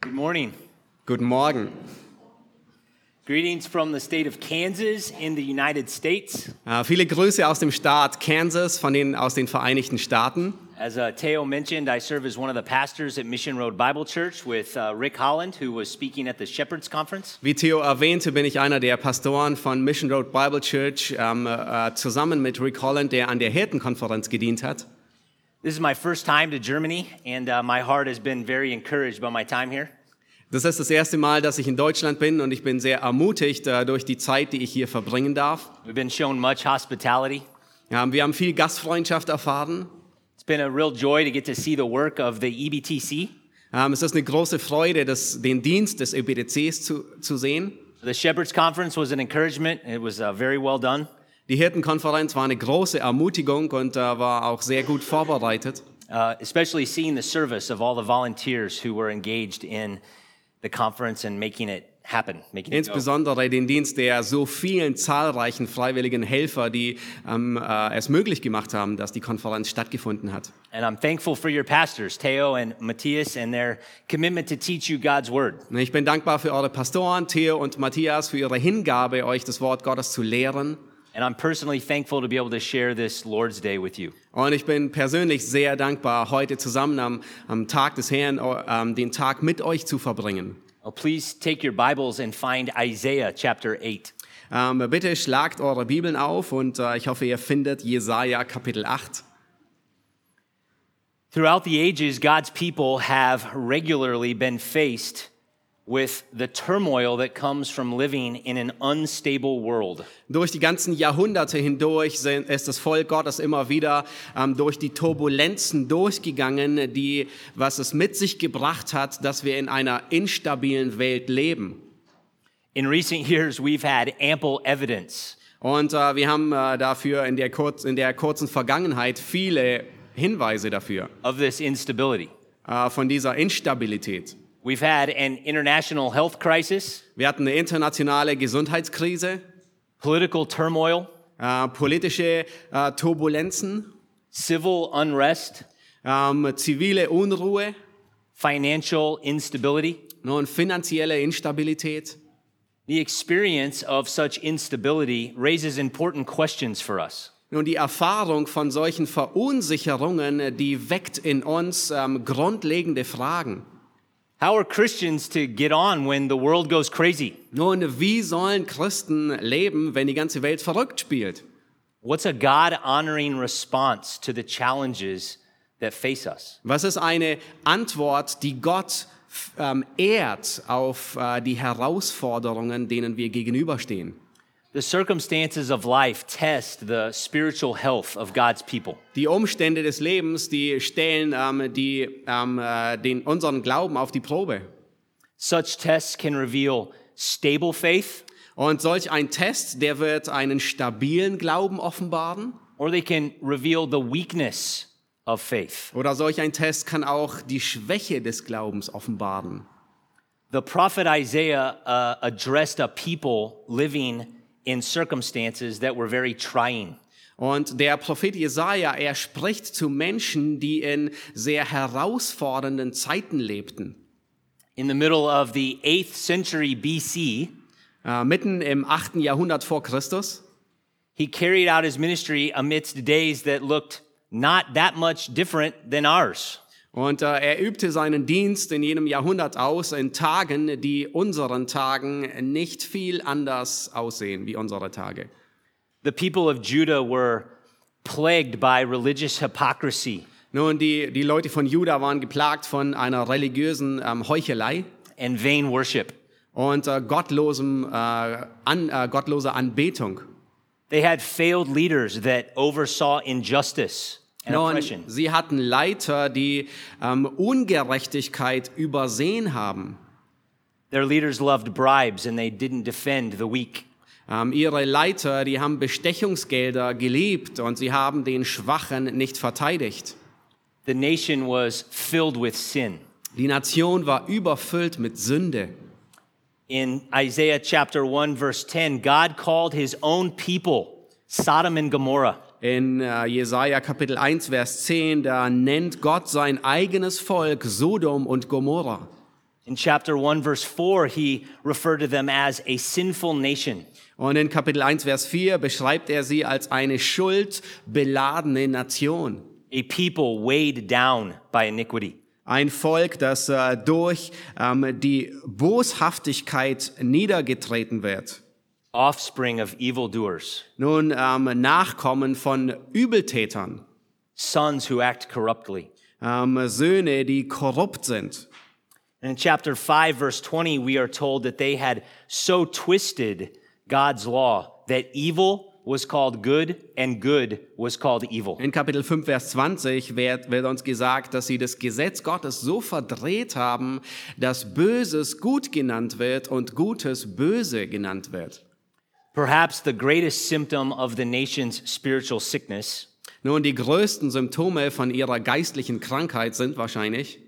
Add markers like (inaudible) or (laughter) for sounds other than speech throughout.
Good morning. Guten Morgen. Greetings from the state of Kansas in the United States. Äh, viele Grüße aus dem Staat Kansas, von den, aus den Vereinigten Staaten. As uh, Teo mentioned, I serve as one of the pastors at Mission Road Bible Church with uh, Rick Holland, who was speaking at the Shepherds Conference. Wie Theo erwähnte, bin ich einer der Pastoren von Mission Road Bible Church, ähm, äh, zusammen mit Rick Holland, der an der Hirtenkonferenz gedient hat. This is my first time to Germany, and uh, my heart has been very encouraged by my time here. Das ist das erste Mal, dass ich in Deutschland bin und ich bin sehr ermutigt äh, durch die Zeit, die ich hier verbringen darf. We've been shown much hospitality. Ja, wir haben viel Gastfreundschaft erfahren. It's been a real joy to get to see the work of the E EBTC. Ähm, es ist eine große Freude, das, den Dienst des E EBDCs zu, zu sehen. The Shepherds Conference was an encouragement, it was uh, very well done. Die Hirtenkonferenz war eine große Ermutigung und äh, war auch sehr gut vorbereitet. uh, especially seeing the service of all the volunteers who were engaged in the conference and making it happen, making it go. Insbesondere den Dienst der so vielen zahlreichen freiwilligen Helfer, die ähm, äh, es möglich gemacht haben, dass die Konferenz stattgefunden hat. And I'm thankful for your pastors, Teo and Matthias, and their commitment to teach you God's word. Ich bin dankbar für eure Pastoren, Theo und Matthias, für ihre Hingabe, euch das Wort Gottes zu lehren. And I'm personally thankful to be able to share this Lord's Day with you. Und ich bin persönlich sehr dankbar, heute zusammen am, am Tag des Herrn ähm, den Tag mit euch zu verbringen. Oh, please take your Bibles and find Isaiah chapter 8. Ähm, bitte schlagt eure Bibeln auf und äh, ich hoffe, ihr findet Jesaja Kapitel 8. Throughout the ages, God's people have regularly been faced with the turmoil that comes from living in an unstable world. Durch die ganzen Jahrhunderte hindurch sind- ist das Volk Gottes immer wieder ähm, durch die Turbulenzen durchgegangen, die, was es mit sich gebracht hat, dass wir in einer instabilen Welt leben. In recent years, we've had ample evidence Und äh, wir haben äh, dafür in der, kurz, in der kurzen Vergangenheit viele Hinweise dafür, of this instability. äh, von dieser Instabilität. We've had an international health crisis, Wir hatten eine internationale Gesundheitskrise, political turmoil, äh, politische äh, Turbulenzen, civil unrest, ähm, zivile Unruhe ne, financial instability. und finanzielle Instabilität. The experience of such instability raises important questions for us. Nun, die Erfahrung von solchen Verunsicherungen, die weckt in uns ähm, grundlegende Fragen. How are Christians to get on when the world goes crazy? Nun, wie sollen Christen leben, wenn die ganze Welt verrückt spielt? What's a God honoring response to the challenges that face us? Was ist eine Antwort, die Gott f- ähm, ehrt auf äh, die Herausforderungen, denen wir gegenüberstehen? The circumstances of life test the spiritual health of God's people. Die Umstände des Lebens, die stellen ähm, die, ähm, äh, den, unseren Glauben auf die Probe. Such tests can reveal stable faith, Und solch ein Test, der wird einen stabilen Glauben offenbaren. or they can reveal the weakness of faith. Oder solch ein Test kann auch die Schwäche des Glaubens offenbaren. The prophet Isaiah uh, addressed a people living in circumstances that were very trying. Und der Prophet Jesaja, er spricht zu Menschen, die in sehr herausfordernden Zeiten lebten. In the middle of the 8th century BC, Äh, mitten im 8. Jahrhundert vor Christus. he carried out his ministry amidst days that looked not that much different than ours. Und äh, er übte seinen Dienst in jenem Jahrhundert aus, in Tagen, die unseren Tagen nicht viel anders aussehen wie unsere Tage. The people of Judah were plagued by religious hypocrisy Nun, die, die Leute von Juda waren geplagt von einer religiösen ähm, Heuchelei and vain worship. und äh, gottlosem, äh, an, äh, gottloser Anbetung. They had failed leaders that oversaw injustice and Nun, oppression. sie hatten Leiter, die ähm, Ungerechtigkeit übersehen haben. Their leaders loved bribes and they didn't defend the weak. Ähm, ihre Leiter, die haben Bestechungsgelder geliebt und sie haben den Schwachen nicht verteidigt. The nation was filled with sin. Die Nation war überfüllt mit Sünde. In Isaiah chapter 1, verse 10, God called his own people Sodom and Gomorrah. In äh, Jesaja Kapitel 1, Vers 10, da nennt Gott sein eigenes Volk Sodom und Gomorra. In In chapter 1, verse 4, he referred to them as a sinful nation. Und in Kapitel 1, Vers 4 beschreibt er sie als eine schuldbeladene Nation. a people weighed down by iniquity. Ein Volk, das äh, durch ähm, die Boshaftigkeit niedergetreten wird. Offspring of evildoers, Nun, ähm, Nachkommen von Übeltätern, sons who act corruptly. ähm, Söhne, die korrupt sind. And in chapter 5, verse 20, we are told that they had so twisted God's law that evil was called good and good was called evil. In Kapitel 5, Vers 20 wird, wird uns gesagt, dass sie das Gesetz Gottes so verdreht haben, dass Böses gut genannt wird und Gutes böse genannt wird. Perhaps the greatest symptom of the nation's spiritual sickness Nun, die größten Symptome von ihrer geistlichen Krankheit sind wahrscheinlich,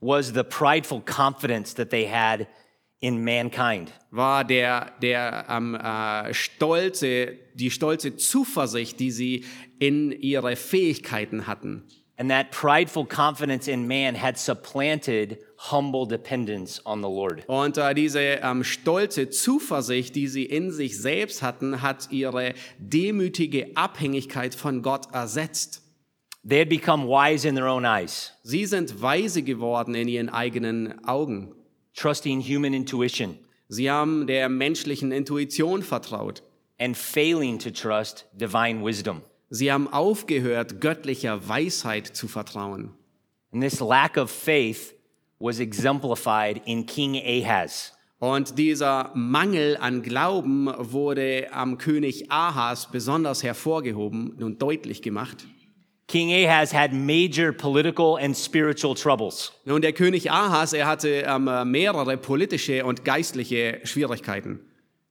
was the prideful confidence that they had in mankind. war der, der ähm, äh, stolze, die stolze Zuversicht, die sie in ihre Fähigkeiten hatten. And that prideful confidence in man had supplanted humble dependence on the Lord. Und äh, diese ähm, stolze Zuversicht, die sie in sich selbst hatten, hat ihre demütige Abhängigkeit von Gott ersetzt. They had become wise in their own eyes, Sie sind weise geworden in ihren eigenen Augen. trusting human intuition Sie haben der menschlichen Intuition vertraut. and failing to trust divine wisdom. Sie haben aufgehört, göttlicher Weisheit zu vertrauen. And this lack of faith was exemplified in King Ahaz. Und dieser Mangel an Glauben wurde am König Ahas besonders hervorgehoben und deutlich gemacht. King Ahaz had major political and spiritual troubles. Nun, der König Ahas, er hatte ähm, mehrere politische und geistliche Schwierigkeiten.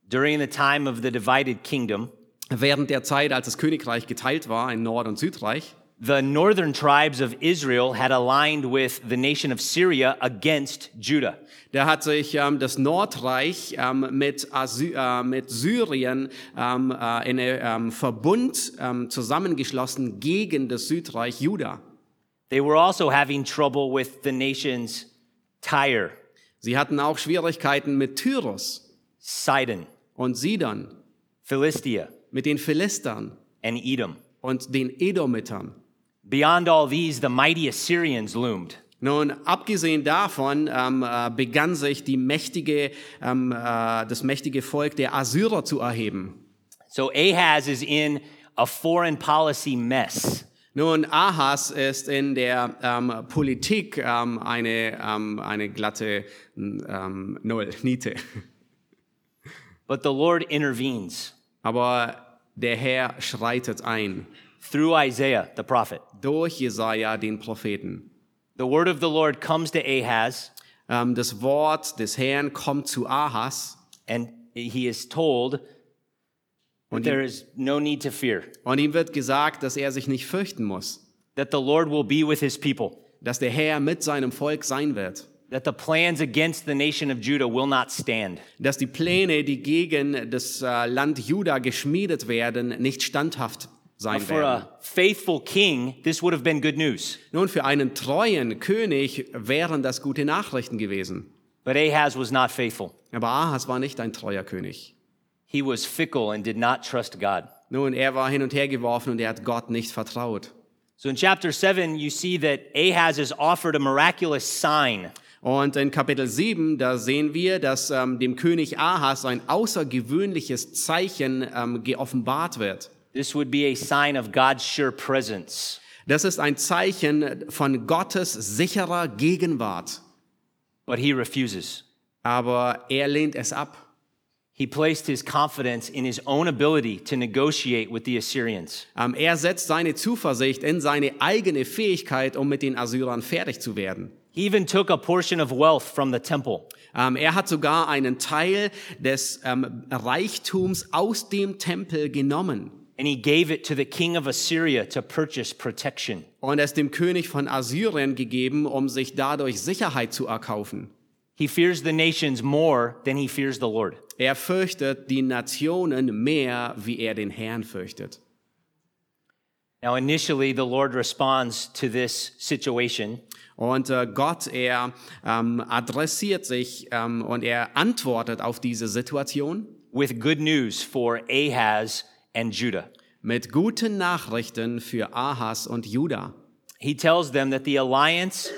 During the time of the divided kingdom, Während der Zeit, als das Königreich geteilt war in Nord- und Südreich, the northern tribes of Israel had aligned with the nation of Syria against Judah. da hat sich ähm, das Nordreich ähm, mit, Asy äh, mit Syrien ähm, äh, in einem ähm, Verbund ähm, zusammengeschlossen gegen das Südreich Juda. They were also having trouble with the nations Tyre, Sie hatten auch Schwierigkeiten mit Tyrus Sidon, und Sidon, Philistia, mit den Philistern and Edom. und den Edomitern. Beyond all these, the mighty Assyrians loomed. Nun, abgesehen davon ähm, äh, begann sich die mächtige, ähm, äh, das mächtige Volk der Assyrer zu erheben. So Ahaz is in a foreign policy mess. Nun, Ahas ist in der ähm, Politik ähm, eine, ähm, eine glatte ähm, Null, Niete. (laughs) But the Lord intervenes Aber der Herr schreitet ein through Isaiah, the prophet. durch Jesaja, den Propheten. The word of the Lord comes to Ahaz, Ähm, das Wort des Herrn kommt zu Ahas and he is told that und, there is no need to fear, und ihm wird gesagt, dass er sich nicht fürchten muss, that the Lord will be with his people, dass der Herr mit seinem Volk sein wird. that the plans against the nation of Judah will not stand. dass die Pläne, die gegen das äh, Land Juda geschmiedet werden, nicht standhaft sein For werden. a faithful king, this would have been good news. Nun, für einen treuen König wären das gute Nachrichten gewesen. But Ahaz was not faithful. Aber Ahas war nicht ein treuer König. He was fickle and did not trust God. Nun, er war hin und her geworfen und er hat Gott nicht vertraut. So in chapter 7, you see that Ahaz is offered a miraculous sign. Und in Kapitel 7, da sehen wir, dass ähm, dem König Ahas ein außergewöhnliches Zeichen ähm, geoffenbart wird. This would be a sign of God's sure presence. Das ist ein Zeichen von Gottes sicherer Gegenwart. But he refuses. Aber er lehnt es ab. He placed his confidence in his own ability to negotiate with the Assyrians. Ähm, er setzt seine Zuversicht in seine eigene Fähigkeit, um mit den Assyrern fertig zu werden. He even took a portion of wealth from the temple. Ähm, er hat sogar einen Teil des ähm, Reichtums aus dem Tempel genommen And he gave it to the king of Assyria to purchase protection. und es dem König von Assyrien gegeben, um sich dadurch Sicherheit zu erkaufen. He fears the nations more than he fears the Lord. Er fürchtet die Nationen mehr, wie er den Herrn fürchtet. Now, initially, the Lord responds to this situation Und äh, Gott, er ähm, adressiert sich ähm, und er antwortet auf diese Situation with good news for Ahaz and Judah. mit guten Nachrichten für Ahas und Juda. He tells them that the alliance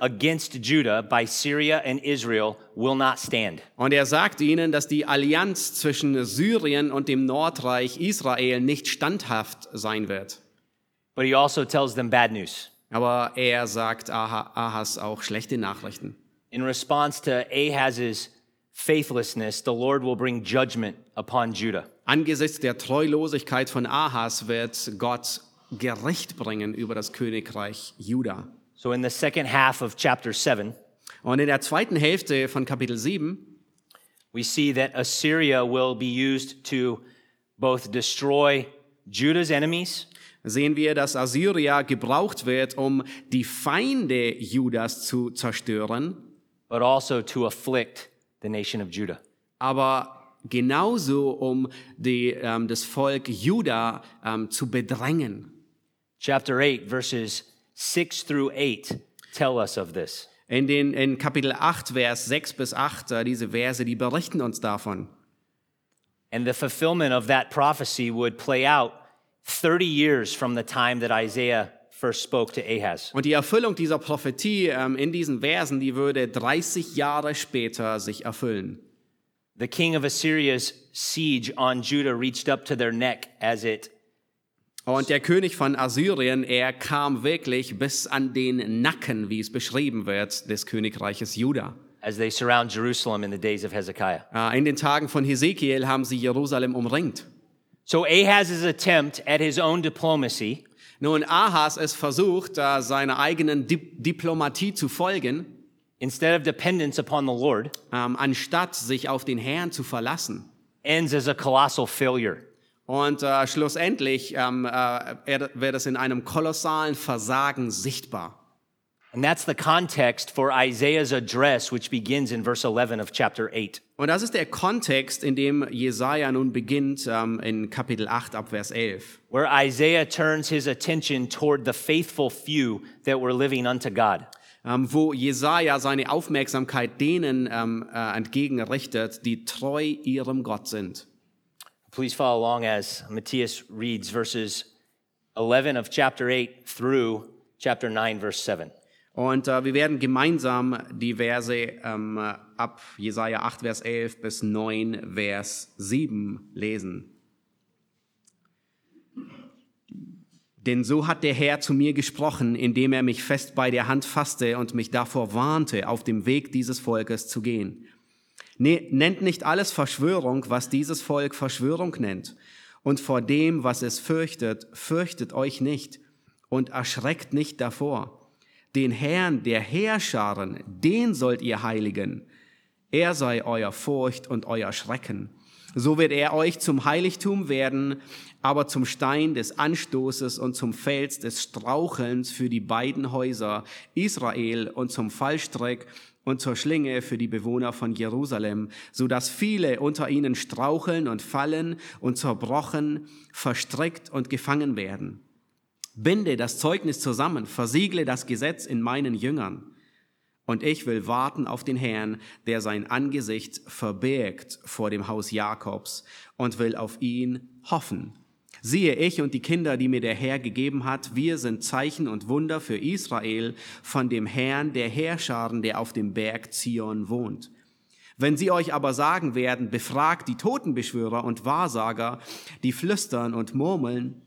against Judah by Syria and Israel will not stand. Und er sagt ihnen, dass die Allianz zwischen Syrien und dem Nordreich Israel nicht standhaft sein wird. But he also tells them bad news. Aber er sagt Aha- Ahas auch schlechte Nachrichten. In response to Ahaz's faithlessness, the Lord will bring judgment upon Judah. Angesichts der Treulosigkeit von Ahas wird Gott Gericht bringen über das Königreich Juda. So, in the second half of chapter 7, Und in der zweiten Hälfte von Kapitel 7 we see that Assyria will be used to both destroy Judah's enemies sehen wir, dass Assyria gebraucht wird, um die Feinde Judas zu zerstören, but also to afflict the nation of Judah. aber genauso um die, ähm, das Volk Juda ähm, zu bedrängen. Chapter 8, verses 6 through 8 tell us of this. In, den, in Kapitel 8, Vers 6 bis 8, äh, diese Verse, die berichten uns davon. And the fulfillment of that prophecy would play out 30 years from the time that Isaiah first spoke to Ahaz. Und die Erfüllung dieser Prophetie ähm, in diesen Versen, die würde 30 Jahre später sich erfüllen. The king of Assyria's siege on Judah reached up to their neck as it Und der König von Assyrien, er kam wirklich bis an den Nacken, wie es beschrieben wird, des Königreiches Juda. as they surround Jerusalem in the days of Hezekiah. Äh, In den Tagen von Hesekiel haben sie Jerusalem umringt. So Ahaz's attempt at his own diplomacy Nun, Ahas es versucht, äh, seiner eigenen Di Diplomatie zu folgen, instead of dependence upon the Lord ähm, anstatt sich auf den Herrn zu verlassen. ends as a colossal failure. Und äh, schlussendlich ähm, äh, er- wird es in einem kolossalen Versagen sichtbar. And that's the context for Isaiah's address, which begins in verse 11 of chapter 8. Und das ist der Kontext, in dem Jesaja nun beginnt, ähm, in Kapitel 8 ab Vers 11. where Isaiah turns his attention toward the faithful few that were living unto God. ähm, wo Jesaja seine Aufmerksamkeit denen ähm, äh, entgegenrichtet, die treu ihrem Gott sind. Please follow along as Matthias reads verses 11 of chapter 8 through chapter 9, verse 7. Und äh, wir werden gemeinsam die Verse ähm, äh, ab Jesaja 8, Vers 11 bis 9, Vers 7 lesen. Denn so hat der Herr zu mir gesprochen, indem er mich fest bei der Hand fasste und mich davor warnte, auf dem Weg dieses Volkes zu gehen. Ne- Nennt nicht alles Verschwörung, was dieses Volk Verschwörung nennt. Und vor dem, was es fürchtet, fürchtet euch nicht und erschreckt nicht davor. Den Herrn der Heerscharen, den sollt ihr heiligen. Er sei euer Furcht und euer Schrecken. So wird er euch zum Heiligtum werden, aber zum Stein des Anstoßes und zum Fels des Strauchelns für die beiden Häuser Israel und zum Fallstrick und zur Schlinge für die Bewohner von Jerusalem, so dass viele unter ihnen straucheln und fallen und zerbrochen, verstrickt und gefangen werden. Binde das Zeugnis zusammen, versiegle das Gesetz in meinen Jüngern. Und ich will warten auf den Herrn, der sein Angesicht verbirgt vor dem Haus Jakobs und will auf ihn hoffen. Siehe, ich und die Kinder, die mir der Herr gegeben hat, wir sind Zeichen und Wunder für Israel von dem Herrn der Herrscharen, der auf dem Berg Zion wohnt. Wenn sie euch aber sagen werden, befragt die Totenbeschwörer und Wahrsager, die flüstern und murmeln,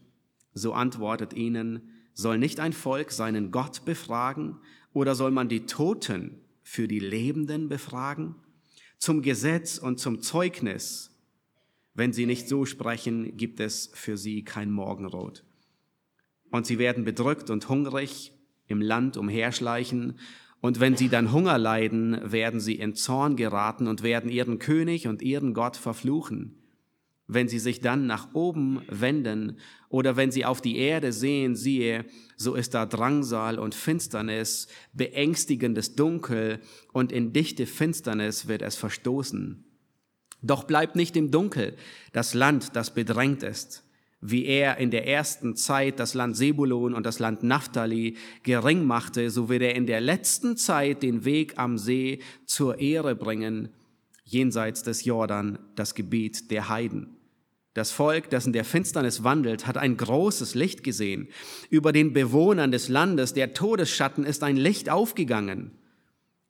so antwortet ihnen, soll nicht ein Volk seinen Gott befragen oder soll man die Toten für die Lebenden befragen? Zum Gesetz und zum Zeugnis. Wenn sie nicht so sprechen, gibt es für sie kein Morgenrot. Und sie werden bedrückt und hungrig im Land umherschleichen. Und wenn sie dann Hunger leiden, werden sie in Zorn geraten und werden ihren König und ihren Gott verfluchen. Wenn sie sich dann nach oben wenden oder wenn sie auf die Erde sehen, siehe, so ist da Drangsal und Finsternis, beängstigendes Dunkel, und in dichte Finsternis wird es verstoßen. Doch bleibt nicht im Dunkel das Land, das bedrängt ist. wie er in der ersten Zeit das Land Sebulon und das Land Naphtali gering machte, so wird er in der letzten Zeit den Weg am See zur Ehre bringen, jenseits des Jordan, das Gebiet der Heiden. Das Volk, das in der Finsternis wandelt, hat ein großes Licht gesehen. Über den Bewohnern des Landes, der Todesschatten, ist ein Licht aufgegangen.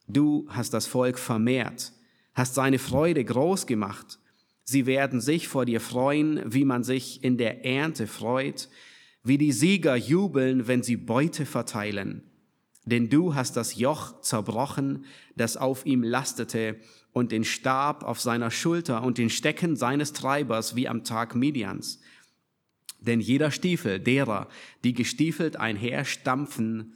Du hast das Volk vermehrt, hast seine Freude groß gemacht. Sie werden sich vor dir freuen, wie man sich in der Ernte freut, wie die Sieger jubeln, wenn sie Beute verteilen. Denn du hast das Joch zerbrochen, das auf ihm lastete, und den Stab auf seiner Schulter und den Stecken seines Treibers wie am Tag Midians. Denn jeder Stiefel derer, die gestiefelt einherstampfen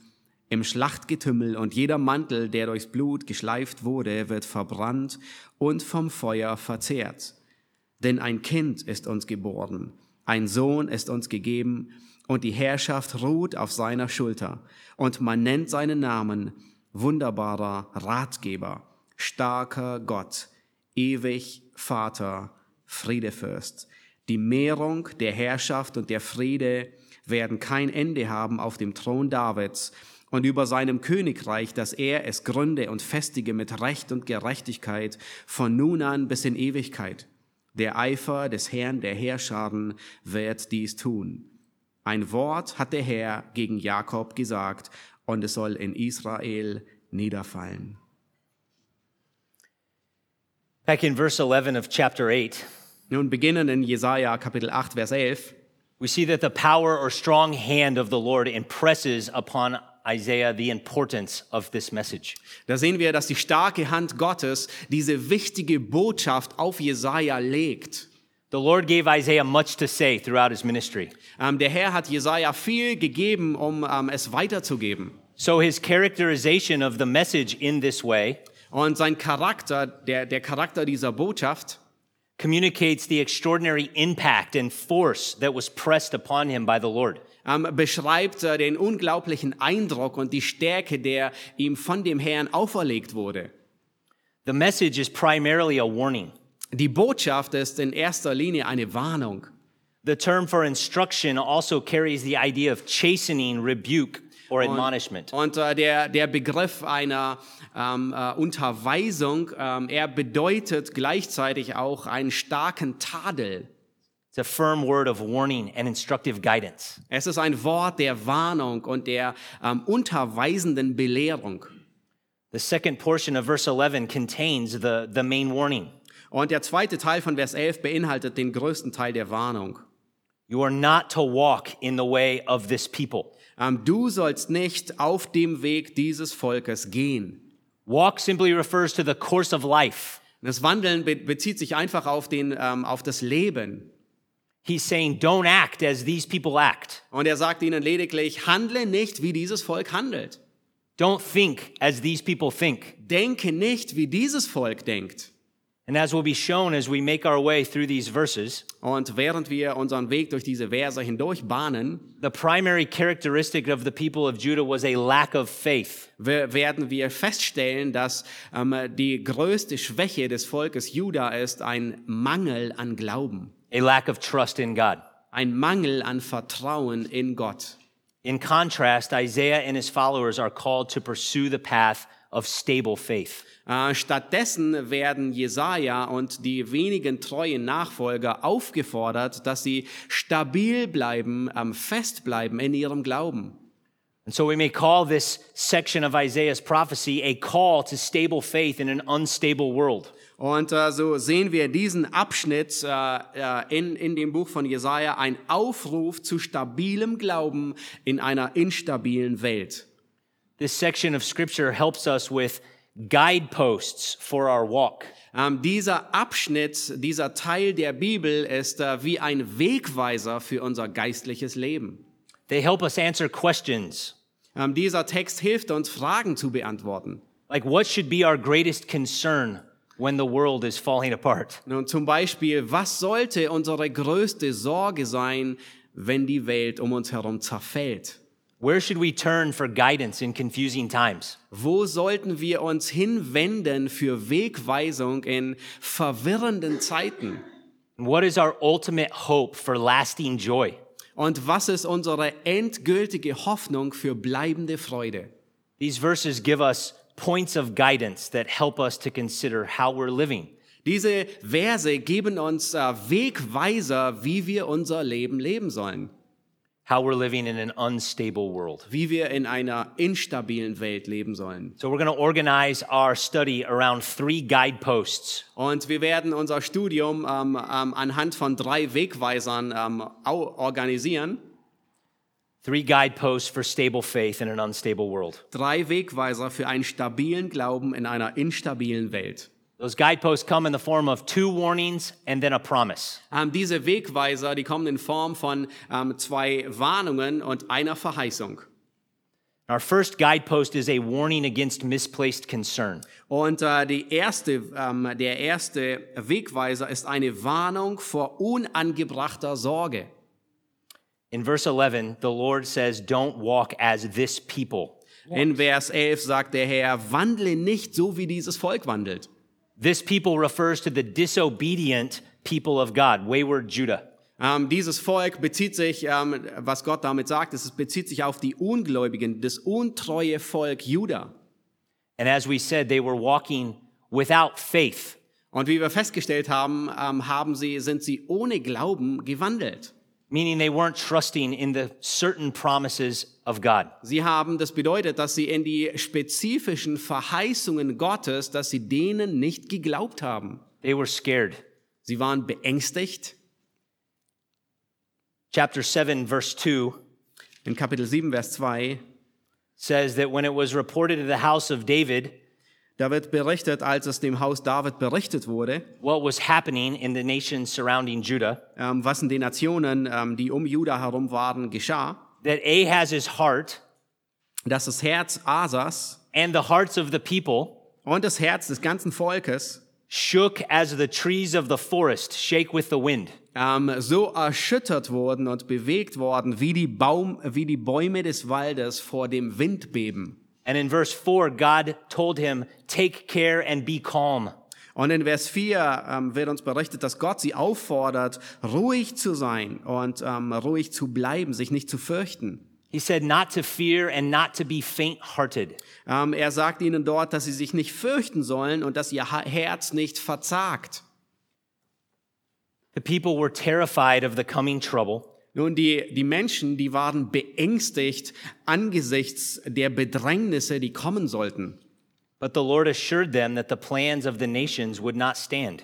im Schlachtgetümmel und jeder Mantel, der durchs Blut geschleift wurde, wird verbrannt und vom Feuer verzehrt. Denn ein Kind ist uns geboren, ein Sohn ist uns gegeben, und die Herrschaft ruht auf seiner Schulter, und man nennt seinen Namen wunderbarer Ratgeber starker Gott, ewig Vater, Friedefürst. Die Mehrung der Herrschaft und der Friede werden kein Ende haben auf dem Thron Davids und über seinem Königreich, dass er es gründe und festige mit Recht und Gerechtigkeit von nun an bis in Ewigkeit. Der Eifer des Herrn der Herrscharen wird dies tun. Ein Wort hat der Herr gegen Jakob gesagt, und es soll in Israel niederfallen. Back in verse 11 of chapter 8, Nun beginnen in Jesaja Kapitel 8, Vers 11, we see that the power or strong hand of the Lord impresses upon Isaiah the importance of this message. da sehen wir, dass die starke Hand Gottes diese wichtige Botschaft auf Jesaja legt. The Lord gave Isaiah much to say throughout his ministry. Ähm, der Herr hat Jesaja viel gegeben, um ähm, es weiterzugeben. So his characterization of the message in this way Und sein Charakter, der, der Charakter dieser Botschaft, communicates the extraordinary impact and force that was pressed upon him by the Lord. ähm, beschreibt äh, den unglaublichen Eindruck und die Stärke, der ihm von dem Herrn auferlegt wurde. The message is primarily a warning. Die Botschaft ist in erster Linie eine Warnung. The term for instruction also carries the idea of chastening, rebuke, or admonishment. Und äh, der, der Begriff einer ähm, äh, Unterweisung, ähm, er bedeutet gleichzeitig auch einen starken Tadel. It's a firm word of warning and instructive guidance. Es ist ein Wort der Warnung und der ähm, unterweisenden Belehrung. The second portion of verse 11 contains the, the main warning Und der zweite Teil von Vers 11 beinhaltet den größten Teil der Warnung. You are not to walk in the way of this people. Ähm, du sollst nicht auf dem Weg dieses Volkes gehen. Walk simply refers to the course of life. Das Wandeln be bezieht sich einfach auf, den, ähm, auf das Leben. He's saying, don't act as these people act. Und er sagt ihnen lediglich, handle nicht, wie dieses Volk handelt. Don't think as these people think. denke nicht, wie dieses Volk denkt. And as will be shown as we make our way through these verses, Und während wir unseren Weg durch diese Verse hindurch bahnen, the primary characteristic of the people of Judah was a lack of faith. we- werden wir feststellen, dass ähm, die größte Schwäche des Volkes Juda ist ein Mangel an Glauben, a lack of trust in God. ein Mangel an Vertrauen in Gott. In contrast, Isaiah and his followers are called to pursue the path of stable faith. Äh, Stattdessen werden Jesaja und die wenigen treuen Nachfolger aufgefordert, dass sie stabil bleiben, ähm, fest bleiben in ihrem Glauben. And so we may call this section of Isaiah's prophecy a call to stable faith in an unstable world. Und äh, so sehen wir diesen Abschnitt äh, äh, in, in dem Buch von Jesaja, ein Aufruf zu stabilem Glauben in einer instabilen Welt. This section of scripture helps us with guideposts for our walk. Ähm, dieser Abschnitt, dieser Teil der Bibel ist äh, wie ein Wegweiser für unser geistliches Leben. They help us answer questions Ähm, dieser Text hilft uns, Fragen zu beantworten. like what should be our greatest concern when the world is falling apart? Nun zum Beispiel, was sollte unsere größte Sorge sein, wenn die Welt um uns herum zerfällt? Where should we turn for guidance in confusing times? Wo sollten wir uns hinwenden für Wegweisung in verwirrenden Zeiten? What is our ultimate hope for lasting joy? Und was ist unsere endgültige Hoffnung für bleibende Freude? These verses give us points of guidance that help us to consider how we're living. Diese Verse geben uns äh, Wegweiser, wie wir unser Leben leben sollen, how we're living in an unstable world. wie wir in einer instabilen Welt leben sollen. So we're going to organize our study around three guideposts. Und wir werden unser Studium ähm, ähm, anhand von drei Wegweisern ähm, au- organisieren. Three guideposts for stable faith in an unstable world. Drei Wegweiser für einen stabilen Glauben in einer instabilen Welt. Those guideposts come in the form of two warnings and then a promise. Ähm, diese Wegweiser, die kommen in Form von ähm, zwei Warnungen und einer Verheißung. Our first guidepost is a warning against misplaced concern. Und äh, die erste, ähm, der erste Wegweiser ist eine Warnung vor unangebrachter Sorge. In verse 11, the Lord says, Don't walk as this people. In Vers 11 sagt der Herr, wandle nicht so, wie dieses Volk wandelt. This people refers to the disobedient people of God, wayward Judah. Ähm, dieses Volk bezieht sich, ähm, was Gott damit sagt, es bezieht sich auf die Ungläubigen, das untreue Volk Juda. And as we said, they were walking without faith. Und wie wir festgestellt haben, ähm, haben sie, sind sie ohne Glauben gewandelt. meaning they weren't trusting in the certain promises of God. Sie haben, das bedeutet, dass sie in die spezifischen Verheißungen Gottes, dass sie denen nicht geglaubt haben. They were scared. Sie waren beängstigt. Chapter 7, verse 2 In Kapitel 7, Vers 2, says that when it was reported to the house of David da wird berichtet, als es dem Haus David berichtet wurde, what was happening in the nations surrounding Judah, ähm, was in den Nationen, ähm, die um Juda herum waren, geschah, that Ahaz's heart dass das Herz Asas and the hearts of the people und das Herz des ganzen Volkes shook as the trees of the forest shake with the wind. ähm, so erschüttert wurden und bewegt worden, wie die, Baum, wie die Bäume des Waldes vor dem Wind beben. And in verse 4, God told him, Take care and be calm. Und in Vers 4 ähm, wird uns berichtet, dass Gott sie auffordert, ruhig zu sein und ähm, ruhig zu bleiben, sich nicht zu fürchten. He said, Not to fear and not to be faint hearted. Ähm, er sagt ihnen dort, dass sie sich nicht fürchten sollen und dass ihr Ha- Herz nicht verzagt. The people were terrified of the coming trouble. Nun, die, die Menschen, die waren beängstigt angesichts der Bedrängnisse, die kommen sollten. But the Lord assured them that the plans of the nations would not stand.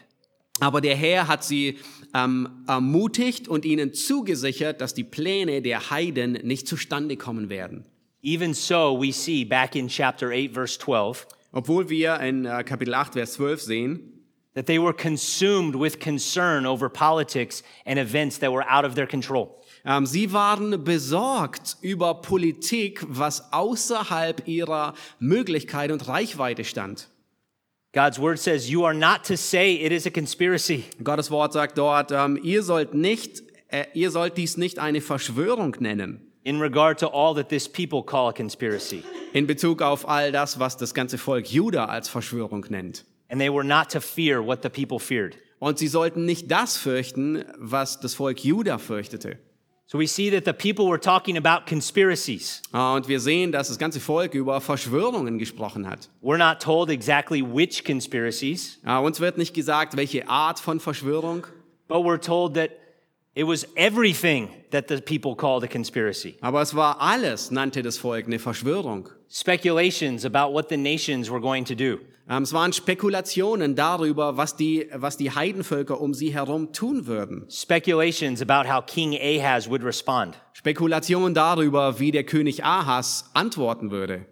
Aber der Herr hat sie ähm, ermutigt und ihnen zugesichert, dass die Pläne der Heiden nicht zustande kommen werden. Even so, we see back in chapter 8, verse 12, Obwohl wir in äh, Kapitel 8, Vers 12 sehen, that they were consumed with concern over politics and events that were out of their control. ähm, sie waren besorgt über Politik, was außerhalb ihrer Möglichkeit und Reichweite stand. God's word says, You are not to say it is a conspiracy. Gottes Wort sagt dort, ähm, ihr sollt nicht, äh, ihr sollt dies nicht eine Verschwörung nennen. In regard to all that this people call a conspiracy. In Bezug auf all das, was das ganze Volk Juda als Verschwörung nennt. And they were not to fear what the people feared. Und sie sollten nicht das fürchten, was das Volk Juda fürchtete. So we see that the people were talking about conspiracies. Äh, Und wir sehen, dass das ganze Volk über Verschwörungen gesprochen hat. We're not told exactly which conspiracies. Äh, Uns wird nicht gesagt, welche Art von Verschwörung, But we're told that it was everything that the people called a conspiracy. aber es war alles, nannte das Volk eine Verschwörung. Speculations about what the nations were going to do. Ähm, Es waren Spekulationen darüber, was die, was die Heidenvölker um sie herum tun würden. Speculations about how King Ahaz would respond. Spekulationen darüber, wie der König Ahas antworten würde.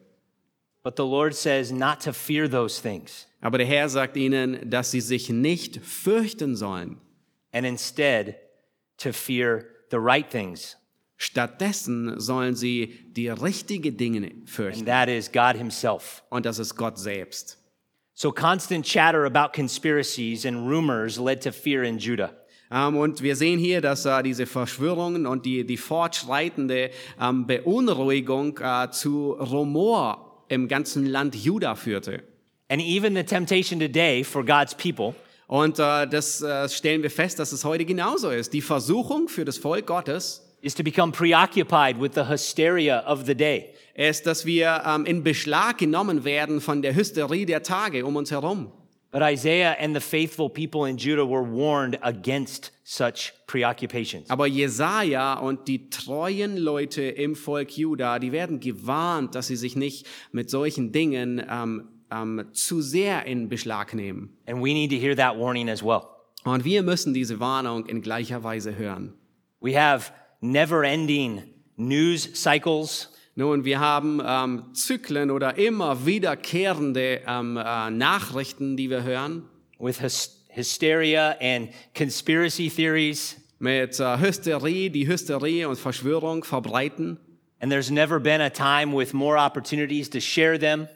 But the Lord says not to fear those things Aber der Herr sagt ihnen, dass sie sich nicht fürchten sollen, and instead to fear the right things. Stattdessen sollen sie die richtigen Dinge And fürchten. that is God Himself. Und das ist Gott selbst. So constant chatter about conspiracies and rumors led to fear in Judah. Ähm, und wir sehen hier, dass äh, diese Verschwörungen und die, die fortschreitende ähm, Beunruhigung äh, zu Rumor im ganzen Land Juda führte. And even the temptation today for God's people Und Und äh, das äh, stellen wir fest, dass es heute genauso ist. Die Versuchung für das Volk Gottes is to become preoccupied with the hysteria of the day. ist, dass wir ähm, in Beschlag genommen werden von der Hysterie der Tage um uns herum. But Isaiah and the faithful people in Judah were warned against such preoccupations. Aber Jesaja und die treuen Leute im Volk Juda, die werden gewarnt, dass sie sich nicht mit solchen Dingen ähm, ähm, zu sehr in Beschlag nehmen. And we need to hear that warning as well. Und wir müssen diese Warnung in gleicher Weise hören. We have never ending news cycles, Nun, wir haben ähm, Zyklen oder immer wiederkehrende ähm, äh, Nachrichten, die wir hören, with hys- hysteria and conspiracy theories, mit äh, Hysterie, die Hysterie und Verschwörung verbreiten. and there's never been a time with more opportunities to share them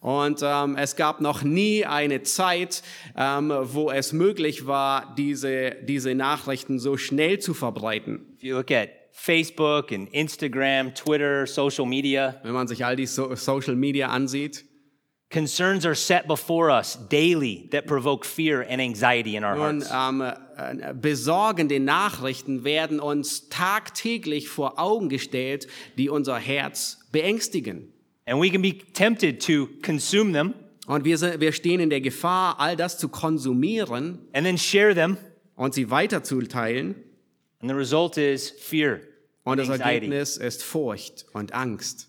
Und ähm, es gab noch nie eine Zeit, ähm, wo es möglich war, diese, diese Nachrichten so schnell zu verbreiten. If you look at Facebook and Instagram, Twitter, social media, Wenn man sich all die so Social Media ansieht. concerns are set before us daily that provoke fear and anxiety in our Nun, hearts. ähm, äh, besorgende Nachrichten werden uns tagtäglich vor Augen gestellt, die unser Herz beängstigen. And we can be tempted to consume them Und wir, se- wir stehen in der Gefahr, all das zu konsumieren and then share them. und sie weiterzuteilen. And the result is fear Und and das anxiety. Ergebnis ist Furcht und Angst.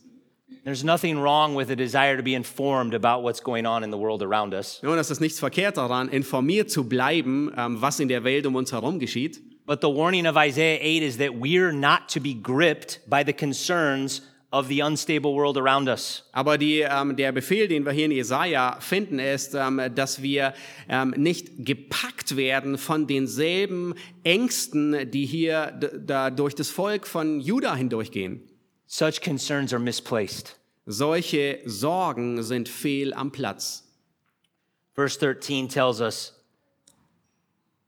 There's nothing wrong with a desire to be informed about what's going on in the world around us. Nun, es ist nichts verkehrt daran, informiert zu bleiben, ähm, was in der Welt um uns herum geschieht. But the warning of Isaiah 8 is that we're not to be gripped by the concerns of the unstable world around us. Aber die, ähm, der Befehl, den wir hier in Jesaja finden, ist, ähm, dass wir ähm, nicht gepackt werden von denselben Ängsten, die hier d- da durch das Volk von Juda hindurchgehen. Such concerns are misplaced. Solche Sorgen sind fehl am Platz. Verse 13 tells us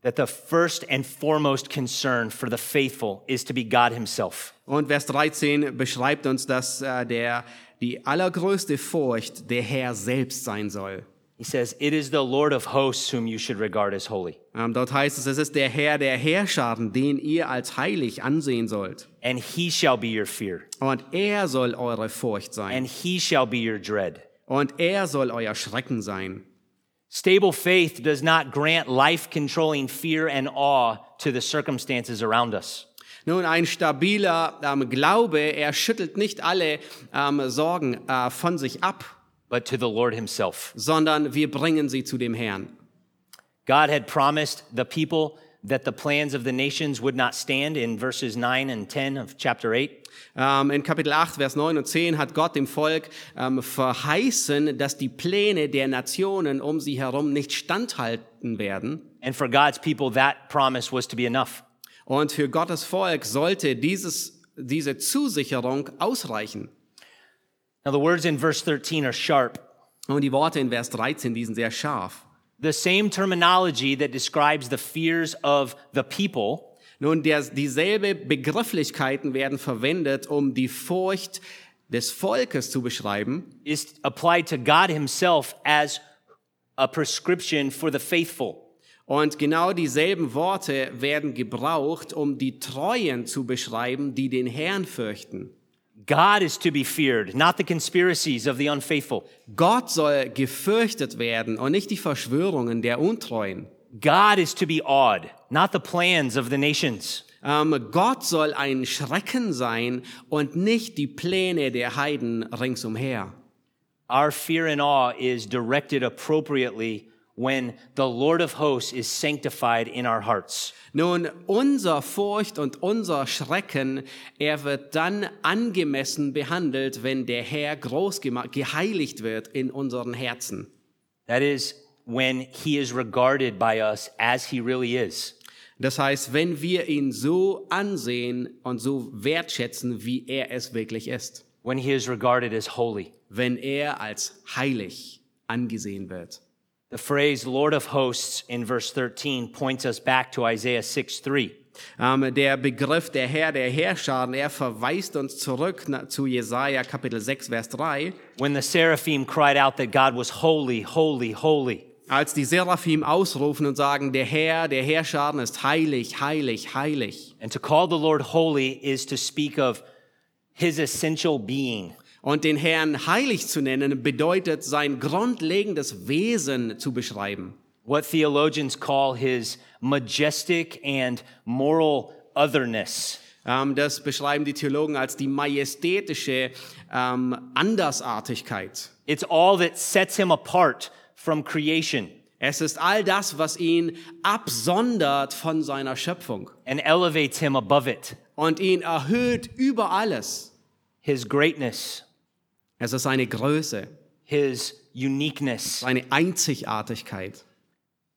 that the first and foremost concern for the faithful is to be God Himself. Und Vers 13 beschreibt uns, dass äh, der, die allergrößte Furcht der Herr selbst sein soll. He says, It is the Lord of hosts whom you should regard as holy, Ähm, dort heißt es, es ist der Herr der Herrscharen, den ihr als heilig ansehen sollt. and He shall be your fear, Und er soll eure Furcht sein. and He shall be your dread. Und er soll euer Schrecken sein. Stable faith does not grant life controlling fear and awe to the circumstances around us. Nun, ein stabiler ähm, Glaube, er schüttelt nicht alle ähm, Sorgen äh, von sich ab, But to the Lord Himself. sondern wir bringen sie zu dem Herrn. God had promised the people that the plans of the nations would not stand in verses 9 and 10 of chapter 8. Ähm, in Kapitel 8, Vers 9 und 10 hat Gott dem Volk ähm, verheißen, dass die Pläne der Nationen um sie herum nicht standhalten werden. And for God's people, that promise was to be enough. Und für Gottes Volk sollte dieses, diese Zusicherung ausreichen. Now, the words in verse 13 are sharp. Und die Worte in Vers 13, die sind sehr scharf. The same terminology that describes the fears of the people Nun, der, dieselbe Begrifflichkeiten werden verwendet, um die Furcht des Volkes zu beschreiben. is applied to God Himself as a prescription for the faithful. Und genau dieselben Worte werden gebraucht, um die Treuen zu beschreiben, die den Herrn fürchten. God is to be feared, not the conspiracies of the unfaithful. Gott soll gefürchtet werden und nicht die Verschwörungen der Untreuen. God is to be awed, not the plans of the nations. Ähm, Gott soll ein Schrecken sein und nicht die Pläne der Heiden ringsumher. Our fear and awe is directed appropriately when the Lord of hosts is sanctified in our hearts. Nun, unser Furcht und unser Schrecken, er wird dann angemessen behandelt, wenn der Herr groß gema- geheiligt wird in unseren Herzen. That is when he is regarded by us as he really is. Das heißt, wenn wir ihn so ansehen und so wertschätzen, wie er es wirklich ist. When he is regarded as holy. Wenn er als heilig angesehen wird. The phrase Lord of hosts in verse 13 points us back to Isaiah 6 3. Ähm, der Begriff der Herr der Herrscharen, er verweist uns zurück na- zu Jesaja Kapitel 6, Vers 3, When the seraphim cried out that God was holy, holy, holy. als die Seraphim ausrufen und sagen, der Herr, der Herrscher ist heilig, heilig, heilig. And to call the Lord holy is to speak of his essential being. Und den Herrn heilig zu nennen bedeutet, sein grundlegendes Wesen zu beschreiben. what theologians call his majestic and moral otherness. Ähm, das beschreiben die Theologen als die majestätische ähm, Andersartigkeit. It's all that sets him apart from creation Es ist all das, was ihn absondert von seiner Schöpfung and elevates him above it. und ihn erhöht über alles. His greatness, Es ist seine Größe, his uniqueness, seine Einzigartigkeit.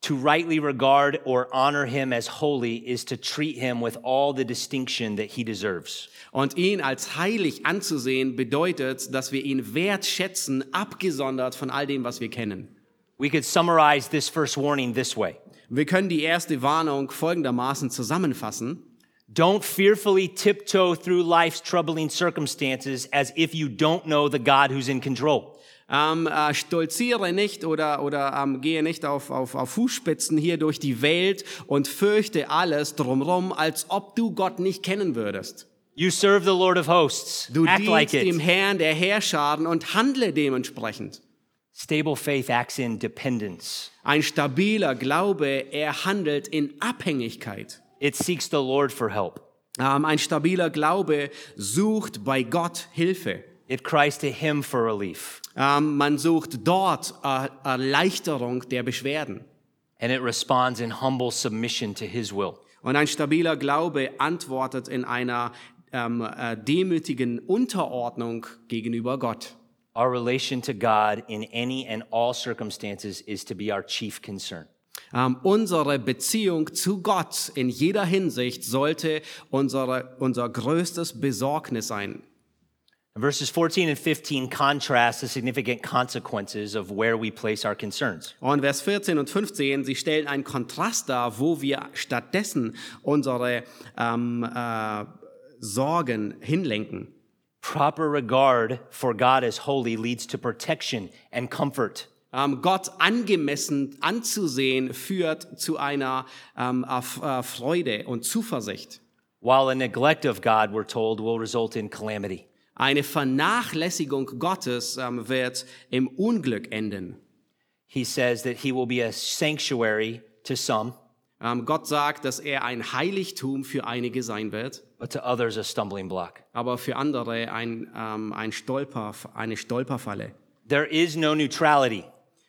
to rightly regard or honor him as holy is to treat him with all the distinction that he deserves. Und ihn als heilig anzusehen bedeutet, dass wir ihn wertschätzen, abgesondert von all dem, was wir kennen. We could summarize this first warning this way Wir können die erste Warnung folgendermaßen zusammenfassen. Don't fearfully tiptoe through life's troubling circumstances as if you don't know the God who's in control. Ähm, äh, stolziere nicht oder, oder ähm, gehe nicht auf, auf, auf Fußspitzen hier durch die Welt und fürchte alles drumrum, als ob du Gott nicht kennen würdest. You serve the Lord of hosts. Du Act dienst like dem it. Herrn der Herrscharen und handle dementsprechend. Stable faith acts in dependence. Ein stabiler Glaube, er handelt in Abhängigkeit. It seeks the Lord for help. Ähm, ein stabiler Glaube sucht bei Gott Hilfe. It cries to Him for relief. Ähm, man sucht dort äh, Erleichterung der Beschwerden. And it responds in humble submission to His will. Und ein stabiler Glaube antwortet in einer ähm, äh, demütigen Unterordnung gegenüber Gott. Our relation to God in any and all circumstances is to be our chief concern. Ähm, unsere Beziehung zu Gott in jeder Hinsicht sollte unsere, unser größtes Besorgnis sein. Verses 14 and 15 contrast the significant consequences of where we place our concerns. Und Vers 14 und 15, sie stellen einen Kontrast dar, wo wir stattdessen unsere ähm, äh, Sorgen hinlenken. Proper regard for God as holy leads to protection and comfort. Ähm, Gott angemessen anzusehen führt zu einer ähm, Erf- äh, Freude und Zuversicht. while a neglect of God, we're told, will result in calamity. Eine Vernachlässigung Gottes ähm, wird im Unglück enden. He says that he will be a sanctuary to some, Ähm, Gott sagt, dass er ein Heiligtum für einige sein wird, but to others a stumbling block. aber für andere ein, ähm, ein Stolper, eine Stolperfalle. There is no neutrality.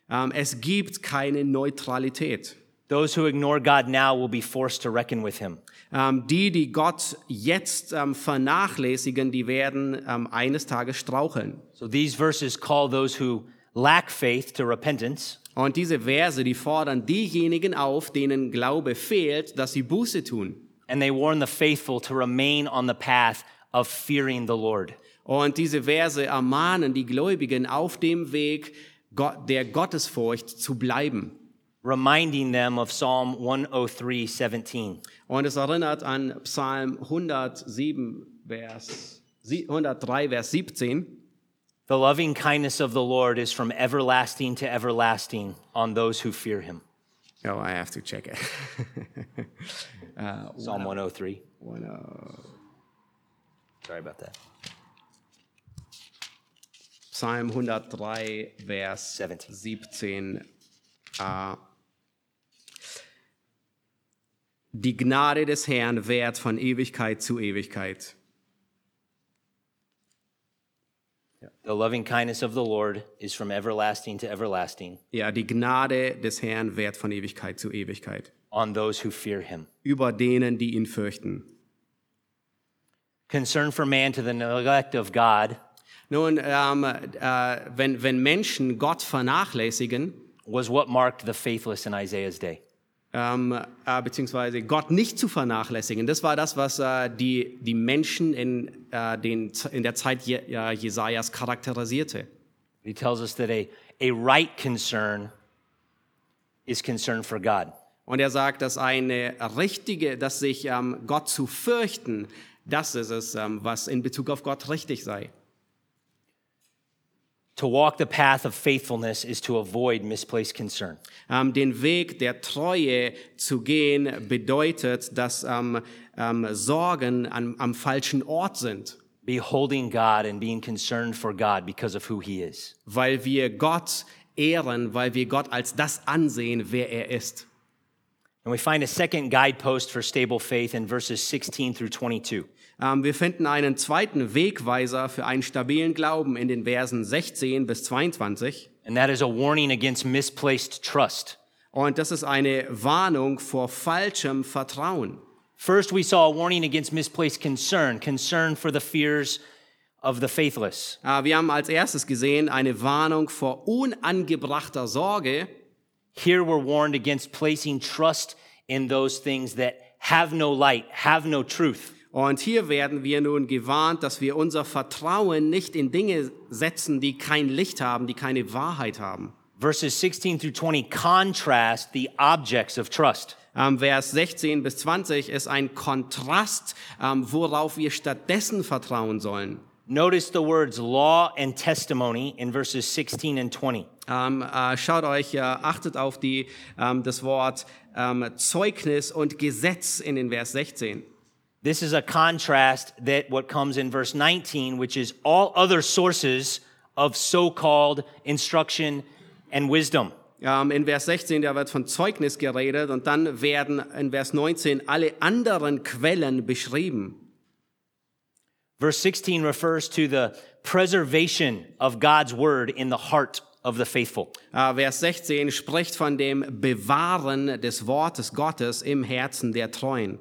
Ähm, es gibt keine Neutralität. Those who ignore God now will be forced to reckon with him. Ähm, die, die Gott jetzt ähm, vernachlässigen, die werden ähm, eines Tages straucheln. So these verses call those who lack faith to repentance, Und diese Verse, die fordern diejenigen auf, denen Glaube fehlt, dass sie Buße tun. and they warn the faithful to remain on the path of fearing the Lord. Und diese Verse ermahnen die Gläubigen auf dem Weg Gott- der Gottesfurcht zu bleiben. Reminding them of Psalm 103 17. Und es erinnert an Psalm 107, Vers, sie- 103, Vers 17. The loving kindness of the Lord is from everlasting to everlasting on those who fear him. Oh, I have to check it. (laughs) Psalm 103. One, uh, Sorry about that. Psalm 103, Vers Ah. 17. 17. a. Die Gnade des Herrn währt von Ewigkeit zu Ewigkeit. The loving kindness of the Lord is from everlasting to everlasting Ja, die Gnade des Herrn währt von Ewigkeit zu Ewigkeit. on those who fear him. Über denen, die ihn fürchten. Concern for man to the neglect of God Nun, ähm, äh, wenn, wenn Menschen Gott vernachlässigen, was what marked the faithless in Isaiah's day. ähm, äh, beziehungsweise Gott nicht zu vernachlässigen, das war das, was äh, die, die Menschen in, äh, den, in der Zeit Je, äh, Jesajas charakterisierte. He tells us that a, a right concern is concern for God. Und er sagt, dass eine richtige, dass sich ähm, Gott zu fürchten, das ist es, ähm, was in Bezug auf Gott richtig sei. To walk the path of faithfulness is to avoid misplaced concern. Ähm, den Weg der Treue zu gehen bedeutet, dass ähm, ähm, Sorgen an, am falschen Ort sind, Beholding God and being concerned for God because of who He is. weil wir Gott ehren, weil wir Gott als das ansehen, wer er ist. And we find a second guidepost for stable faith in verses 16 through 22. Ähm, wir finden einen zweiten Wegweiser für einen stabilen Glauben in den Versen 16 bis 22. And that is a warning against misplaced trust. Und das ist eine Warnung vor falschem Vertrauen. First, we saw a warning against misplaced concern, concern for the fears of the faithless. Äh, Wir haben als erstes gesehen eine Warnung vor unangebrachter Sorge. Here, we're warned against placing trust in those things that have no light, have no truth. Und hier werden wir nun gewarnt, dass wir unser Vertrauen nicht in Dinge setzen, die kein Licht haben, die keine Wahrheit haben. Verses 16 through 20 contrast the objects of trust. Ähm, Vers 16 bis 20 ist ein Kontrast, ähm, worauf wir stattdessen vertrauen sollen. Notice the words law and testimony in verses 16 and 20. Ähm, äh, schaut euch, äh, achtet auf die, ähm, das Wort ähm, Zeugnis und Gesetz in den Vers 16. This is a contrast that what comes in verse 19, which is all other sources of so-called instruction and wisdom. Ähm, in Vers 16, da wird von Zeugnis geredet und dann werden in Vers 19 alle anderen Quellen beschrieben. Verse 16 refers to the preservation of God's word in the heart of the faithful. Äh, Vers 16 spricht von dem Bewahren des Wortes Gottes im Herzen der Treuen.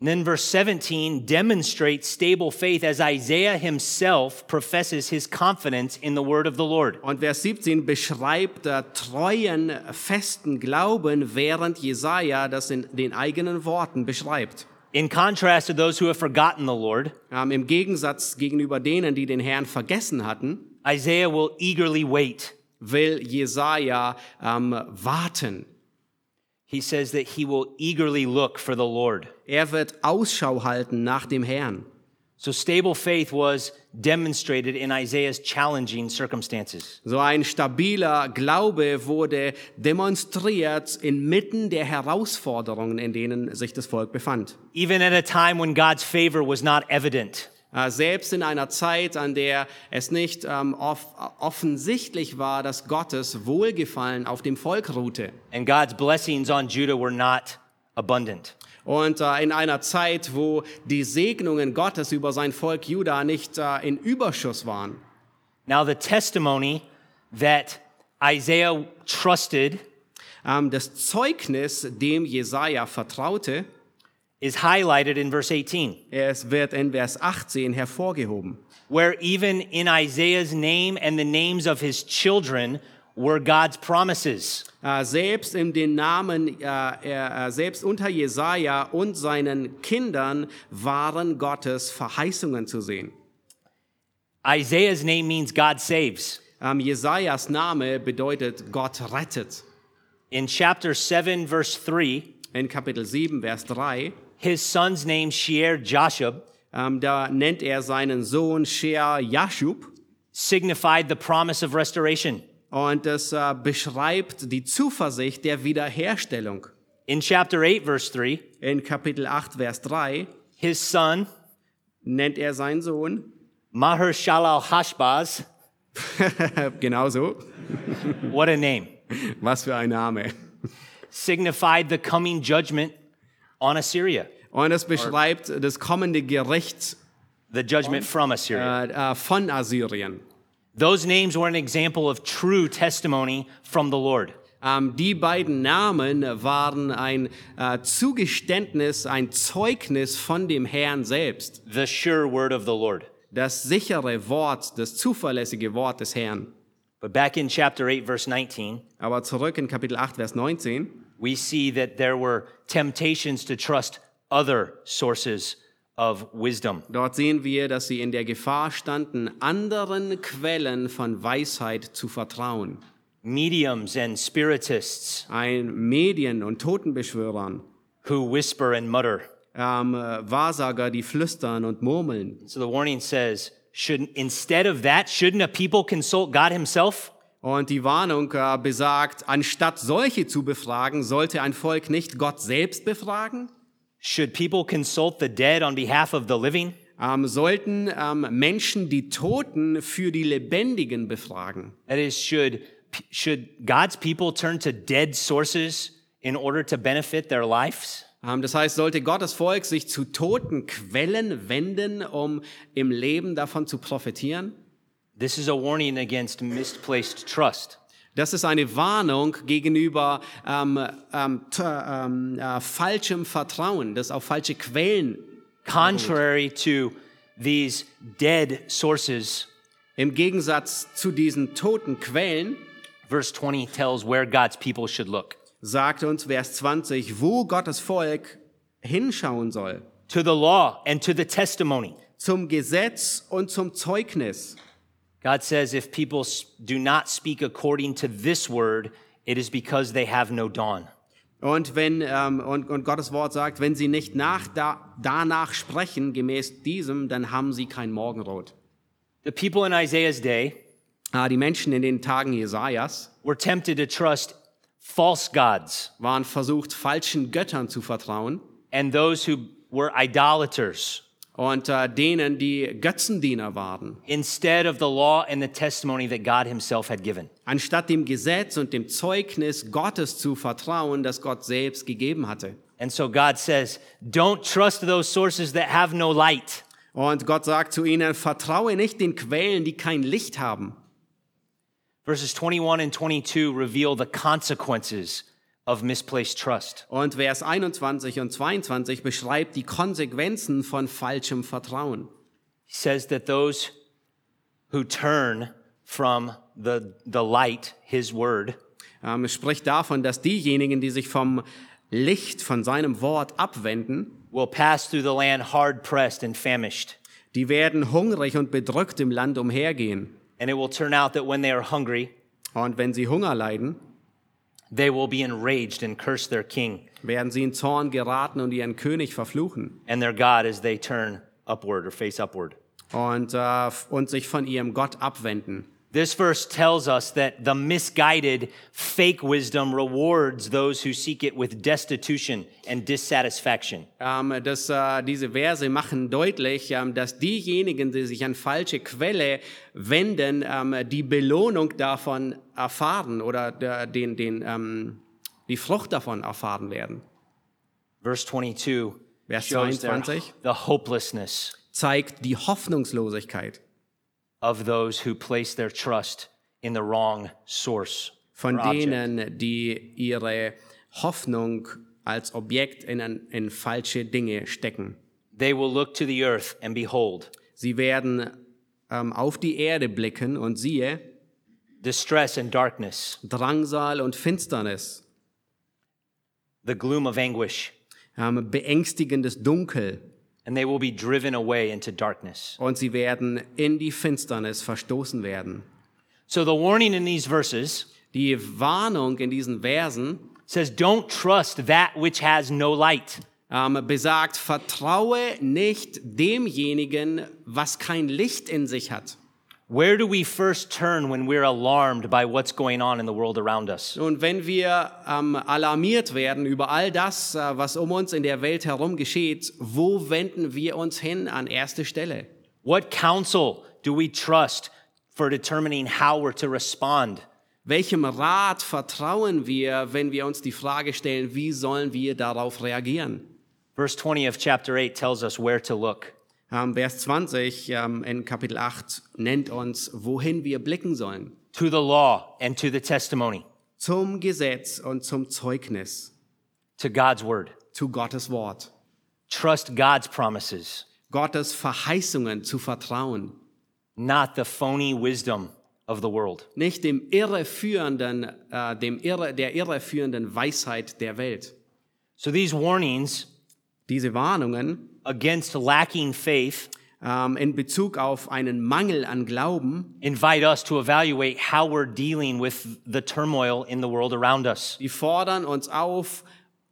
And then verse 17 demonstrates stable faith as Isaiah himself professes his confidence in the word of the Lord. Und Vers 17 beschreibt äh, treuen, festen Glauben, während Jesaja das in den eigenen Worten beschreibt. In contrast to those who have forgotten the Lord, Ähm, Im Gegensatz gegenüber denen, die den Herrn vergessen hatten, Isaiah will eagerly wait. will Jesaja ähm, warten. He says that he will eagerly look for the Lord. Er wird Ausschau halten nach dem Herrn. So stable faith was demonstrated in Isaiah's challenging circumstances. So ein stabiler Glaube wurde demonstriert inmitten der Herausforderungen, in denen sich das Volk befand. Even at a time when God's favor was not evident, Äh, Selbst in einer Zeit, an der es nicht ähm, off offensichtlich war, dass Gottes Wohlgefallen auf dem Volk ruhte. and God's blessings on Judah were not abundant. Und äh, in einer Zeit, wo die Segnungen Gottes über sein Volk Juda nicht äh, in Überschuss waren. Now, the testimony that Isaiah trusted Ähm, das Zeugnis, dem Jesaja vertraute, is highlighted in verse 18, es wird in Vers 18 hervorgehoben. where even in Isaiah's name and the names of his children were God's promises. Äh, selbst in den Namen, äh, er, äh, selbst unter Jesaja und seinen Kindern waren Gottes Verheißungen zu sehen. Isaiah's name means God saves. Ähm, Jesajas Name bedeutet Gott rettet. In chapter 7, verse 3, In Kapitel 7, Vers 3, his son's name, Shear Joshub, ähm, da nennt er seinen Sohn Shear Jashub signified the promise of restoration. und das äh, beschreibt die Zuversicht der Wiederherstellung. In chapter 8, verse 3, In Kapitel 8, Vers 3 his son, nennt er seinen Sohn (laughs) Maher Shalal Hashbaz, genauso. what a name, Genau Was für ein Name. signified the coming judgment on Assyria, Und es beschreibt das kommende Gericht the judgment from Assyria. äh, äh, von Assyrien. Those names were an example of true testimony from the Lord. Ähm, die beiden Namen waren ein äh, Zugeständnis, ein Zeugnis von dem Herrn selbst. the sure word of the Lord. Das sichere Wort, das zuverlässige Wort des Herrn. But back in chapter 8, verse 19, Aber zurück in Kapitel 8, Vers 19. we see that there were temptations to trust other sources of wisdom. Dort sehen wir, dass sie in der Gefahr standen, anderen Quellen von Weisheit zu vertrauen. Mediums and spiritists Ein Medien- und Totenbeschwörern, who whisper and mutter. ähm, äh, Wahrsager, die flüstern und murmeln. So the warning says Should instead of that, shouldn't a people consult God Himself? Und die Warnung äh, besagt, anstatt solche zu befragen, sollte ein Volk nicht Gott selbst befragen? Should people consult the dead on behalf of the living? Ähm, sollten ähm, Menschen die Toten für die Lebendigen befragen? That is, should should God's people turn to dead sources in order to benefit their lives? Ähm, das heißt, sollte Gottes Volk sich zu toten Quellen wenden, um im Leben davon zu profitieren? This is a warning against misplaced trust. Das ist eine Warnung gegenüber ähm, ähm, t- ähm, äh, falschem Vertrauen, das auf falsche Quellen. Contrary to these dead sources, Im Gegensatz zu diesen toten Quellen verse 20 tells where God's people should look sagt uns Vers 20, wo Gottes Volk hinschauen soll. to the law and to the testimony. Zum Gesetz und zum Zeugnis. God says, if people s- do not speak according to this word, it is because they have no dawn. Und wenn ähm, und, und Gottes Wort sagt, wenn sie nicht nach da, danach sprechen gemäß diesem, dann haben sie kein Morgenrot. The people in Isaiah's day Ah, die Menschen in den Tagen Jesajas were tempted to trust false gods waren versucht, falschen Göttern zu vertrauen and those who were idolaters und äh, denen, die Götzendiener waren, instead of the law and the testimony that God Himself had given. anstatt dem Gesetz und dem Zeugnis Gottes zu vertrauen, das Gott selbst gegeben hatte. And so God says, don't trust those sources that have no light. Und Gott sagt zu ihnen, vertraue nicht den Quellen, die kein Licht haben. Verses 21 and 22 reveal the consequences of misplaced trust. Und Vers 21 und 22 beschreibt die Konsequenzen von falschem Vertrauen. He says that those who turn from the, the light, His word, Ähm, es spricht davon, dass diejenigen, die sich vom Licht, von seinem Wort abwenden, will pass through the land hard pressed and famished. die werden hungrig und bedrückt im Land umhergehen. And it will turn out that when they are hungry, Und wenn sie Hunger leiden, they will be enraged and curse their king werden sie in Zorn geraten und ihren König verfluchen and their God as they turn upward or face upward. und, äh, f- und sich von ihrem Gott abwenden. This verse tells us that the misguided fake wisdom rewards those who seek it with destitution and dissatisfaction. Ähm, das, äh, diese Verse machen deutlich, ähm, dass diejenigen, die sich an falsche Quelle wenden, ähm, die Belohnung davon erfahren oder der, den, den, ähm, die Frucht davon erfahren werden. Verse 22 Vers shows their- 22. the hopelessness Zeigt die Hoffnungslosigkeit of those who place their trust in the wrong source. von or object. denen, die ihre Hoffnung als Objekt in, an- in falsche Dinge stecken. They will look to the earth and behold Sie werden ähm, auf die Erde blicken und siehe, distress and darkness, Drangsal und Finsternis, the gloom of anguish, ähm, beängstigendes Dunkel, and they will be driven away into darkness. und sie werden in die Finsternis verstoßen werden. So the warning in these verses Die Warnung in diesen Versen says, don't trust that which has no light. ähm, besagt, vertraue nicht demjenigen, was kein Licht in sich hat. Where do we first turn when we're alarmed by what's going on in the world around us? Und wenn wir ähm, alarmiert werden über all das, äh, was um uns in der Welt herum geschieht, wo wenden wir uns hin an erste Stelle? What counsel do we trust for determining how we're to respond? Welchem Rat vertrauen wir, wenn wir uns die Frage stellen, wie sollen wir darauf reagieren? Verse 20 of chapter 8 tells us where to look. Ähm, Vers 20 ähm, in Kapitel 8 nennt uns, wohin wir blicken sollen. to the law and to the testimony, Zum Gesetz und zum Zeugnis, to God's word. zu Gottes Wort, Trust God's promises, Gottes Verheißungen zu vertrauen, not the phony wisdom of the world. nicht dem irreführenden, äh, dem irre, der irreführenden Weisheit der Welt. So these warnings Diese Warnungen against lacking faith ähm, in Bezug auf einen Mangel an Glauben, invite us to evaluate how we're dealing with the turmoil in the world around us. die fordern uns auf,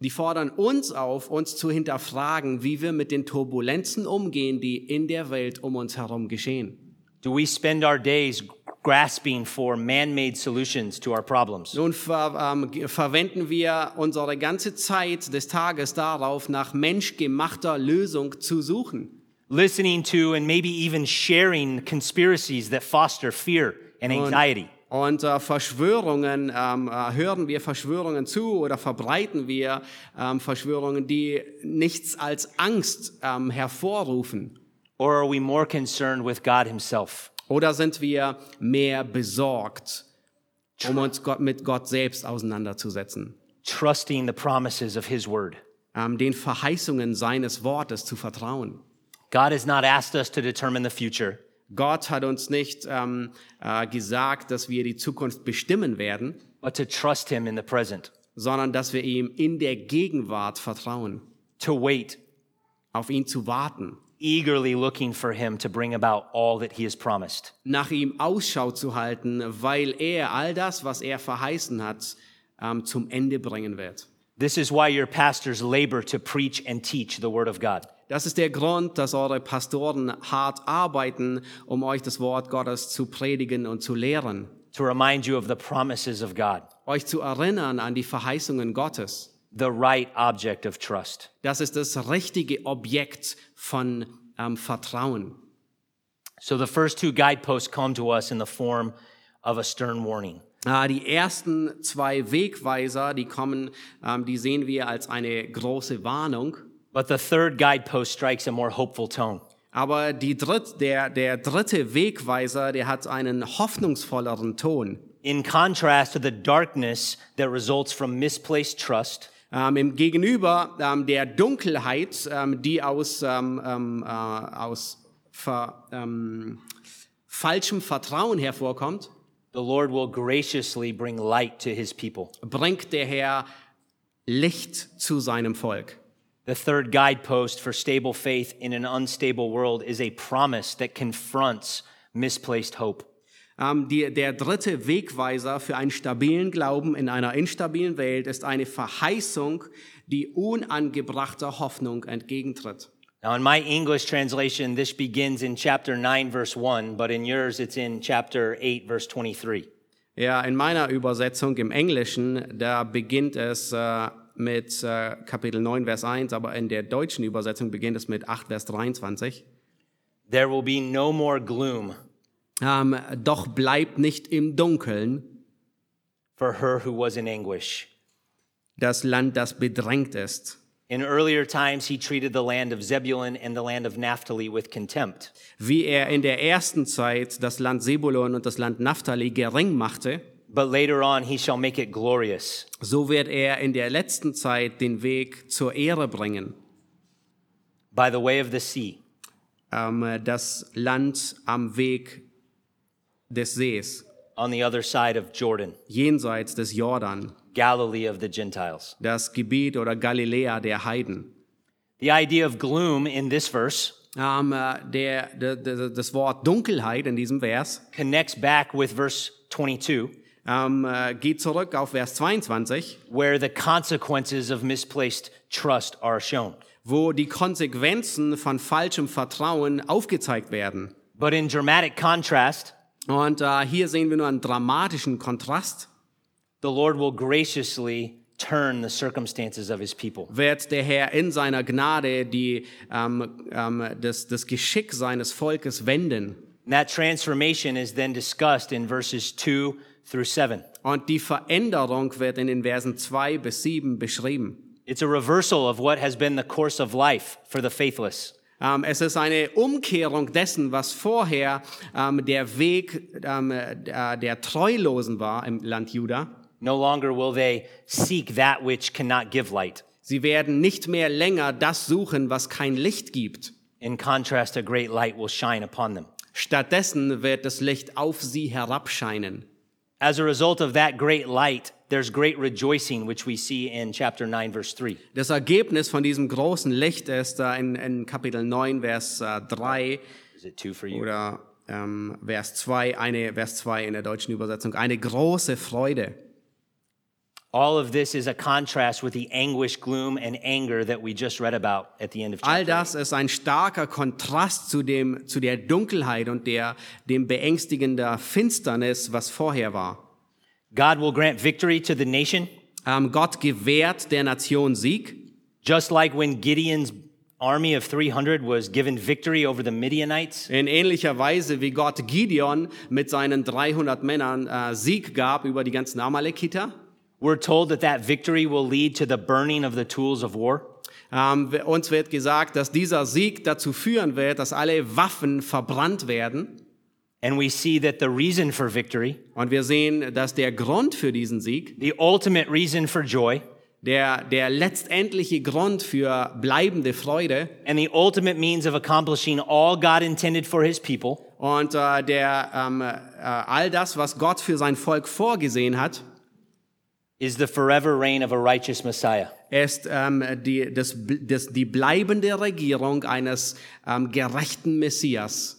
die fordern uns auf, uns zu hinterfragen, wie wir mit den Turbulenzen umgehen, die in der Welt um uns herum geschehen. Do we spend our days grasping for man made solutions to our problems? Nun ver, ähm, ge- verwenden wir unsere ganze Zeit des Tages darauf, nach menschgemachter Lösung zu suchen. Listening to and maybe even sharing conspiracies that foster fear and anxiety. Und äh, Verschwörungen, ähm, äh, hören wir Verschwörungen zu oder verbreiten wir ähm, Verschwörungen, die nichts als Angst ähm, hervorrufen? Or are we more concerned with God Himself? Oder sind wir mehr besorgt, um uns Gott, mit Gott selbst auseinanderzusetzen, trusting the promises of his word. ähm, den Verheißungen seines Wortes zu vertrauen? God has not asked us to determine the future. Gott hat uns nicht ähm, äh, gesagt, dass wir die Zukunft bestimmen werden, but to trust him in the present, sondern dass wir ihm in der Gegenwart vertrauen, to wait, auf ihn zu warten, eagerly looking for him to bring about all that he has promised. nach ihm Ausschau zu halten, weil er all das, was er verheißen hat, ähm, zum Ende bringen wird. This is why your pastors labor to preach and teach the word of God. Das ist der Grund, dass eure Pastoren hart arbeiten, um euch das Wort Gottes zu predigen und zu lehren, To remind you of the promises of God, euch zu erinnern an die Verheißungen Gottes. the right object of trust. Das ist das richtige Objekt von ähm, Vertrauen. So the first two guideposts come to us in the form of a stern warning. Ah, Die ersten zwei Wegweiser, die kommen, ähm, die sehen wir als eine große Warnung. But the third guidepost strikes a more hopeful tone. Aber die dritt, der, der dritte Wegweiser, der hat einen hoffnungsvolleren Ton. In contrast to the darkness that results from misplaced trust, Ähm, Im Gegenüber ähm, der Dunkelheit, ähm, die aus, ähm, ähm, äh, aus ver, ähm, falschem Vertrauen hervorkommt, the Lord will graciously bring light to his people. bringt der Herr Licht zu seinem Volk. The third guidepost for stable faith in an unstable world is a promise that confronts misplaced hope. Ähm, die, der dritte Wegweiser für einen stabilen Glauben in einer instabilen Welt ist eine Verheißung, die unangebrachter Hoffnung entgegentritt. Now, in my English translation, this begins in chapter 9, verse 1, but in yours, it's in chapter 8, verse 23. Ja, in meiner Übersetzung im Englischen, da beginnt es äh, mit äh, Kapitel 9, Vers 1, aber in der deutschen Übersetzung beginnt es mit 8, Vers 23. There will be no more gloom Ähm, Doch bleibt nicht im Dunkeln for her who was in anguish. das Land, das bedrängt ist. In earlier times, he treated the land of Zebulun and the land of Naphtali with contempt. Wie er in der ersten Zeit das Land Sebulon und das Land Naphtali gering machte, But later on, he shall make it glorious. so wird er in der letzten Zeit den Weg zur Ehre bringen. By the way of the sea, Ähm, Das Land am Weg des Sees, on the other side of Jordan, jenseits des Jordan. Galilee of the Gentiles. das Gebiet oder Galiläa der Heiden. The idea of gloom in this verse Ähm, äh, der, der, der, das Wort Dunkelheit in diesem Vers connects back with verse 22, ähm, äh, geht zurück auf Vers 22, where the consequences of misplaced trust are shown. wo die Konsequenzen von falschem Vertrauen aufgezeigt werden. But in dramatic contrast, Und äh, hier sehen wir nur einen dramatischen Kontrast. the Lord will graciously turn the circumstances of his people. Wird der Herr in seiner Gnade die, ähm, ähm, das, das Geschick seines Volkes wenden. And that transformation is then discussed in verses 2 through 7. Und die Veränderung wird in den Versen 2 bis 7 beschrieben. It's a reversal of what has been the course of life for the faithless. Ähm, es ist eine Umkehrung dessen, was vorher ähm, der Weg ähm, äh, der Treulosen war im Land Juda. No longer will they seek that which cannot give light. Sie werden nicht mehr länger das suchen, was kein Licht gibt. In contrast, a great light will shine upon them. Stattdessen wird das Licht auf sie herabscheinen. As a result of that great light, there's great rejoicing, which we see in chapter 9, verse 3. Das Ergebnis von diesem großen Licht ist da in, in Kapitel 9, Vers äh, 3 Is it two for you? oder ähm, Vers 2, eine, Vers 2 in der deutschen Übersetzung, eine große Freude. All of this is a contrast with the anguish, gloom, and anger that we just read about at the end of All chapter. das ist ein starker Kontrast zu, dem, zu der Dunkelheit und der, dem beängstigender Finsternis, was vorher war. God will grant victory to the nation, Ähm, Gott gewährt der Nation Sieg. just like when Gideon's army of 300 was given victory over the Midianites. In ähnlicher Weise wie Gott Gideon mit seinen 300 Männern äh, Sieg gab über die ganzen Amalekiter. We're told that that victory will lead to the burning of the tools of war. Ähm, wir- uns wird gesagt, dass dieser Sieg dazu führen wird, dass alle Waffen verbrannt werden. And we see that the reason for victory, Und wir sehen, dass der Grund für diesen Sieg, the ultimate reason for joy, der, der letztendliche Grund für bleibende Freude and the ultimate means of accomplishing all God intended for his people und äh, der, ähm, äh, all das, was Gott für sein Volk vorgesehen hat, is the forever reign of a righteous Messiah. ist ähm, die, das, das, die bleibende Regierung eines ähm, gerechten Messias.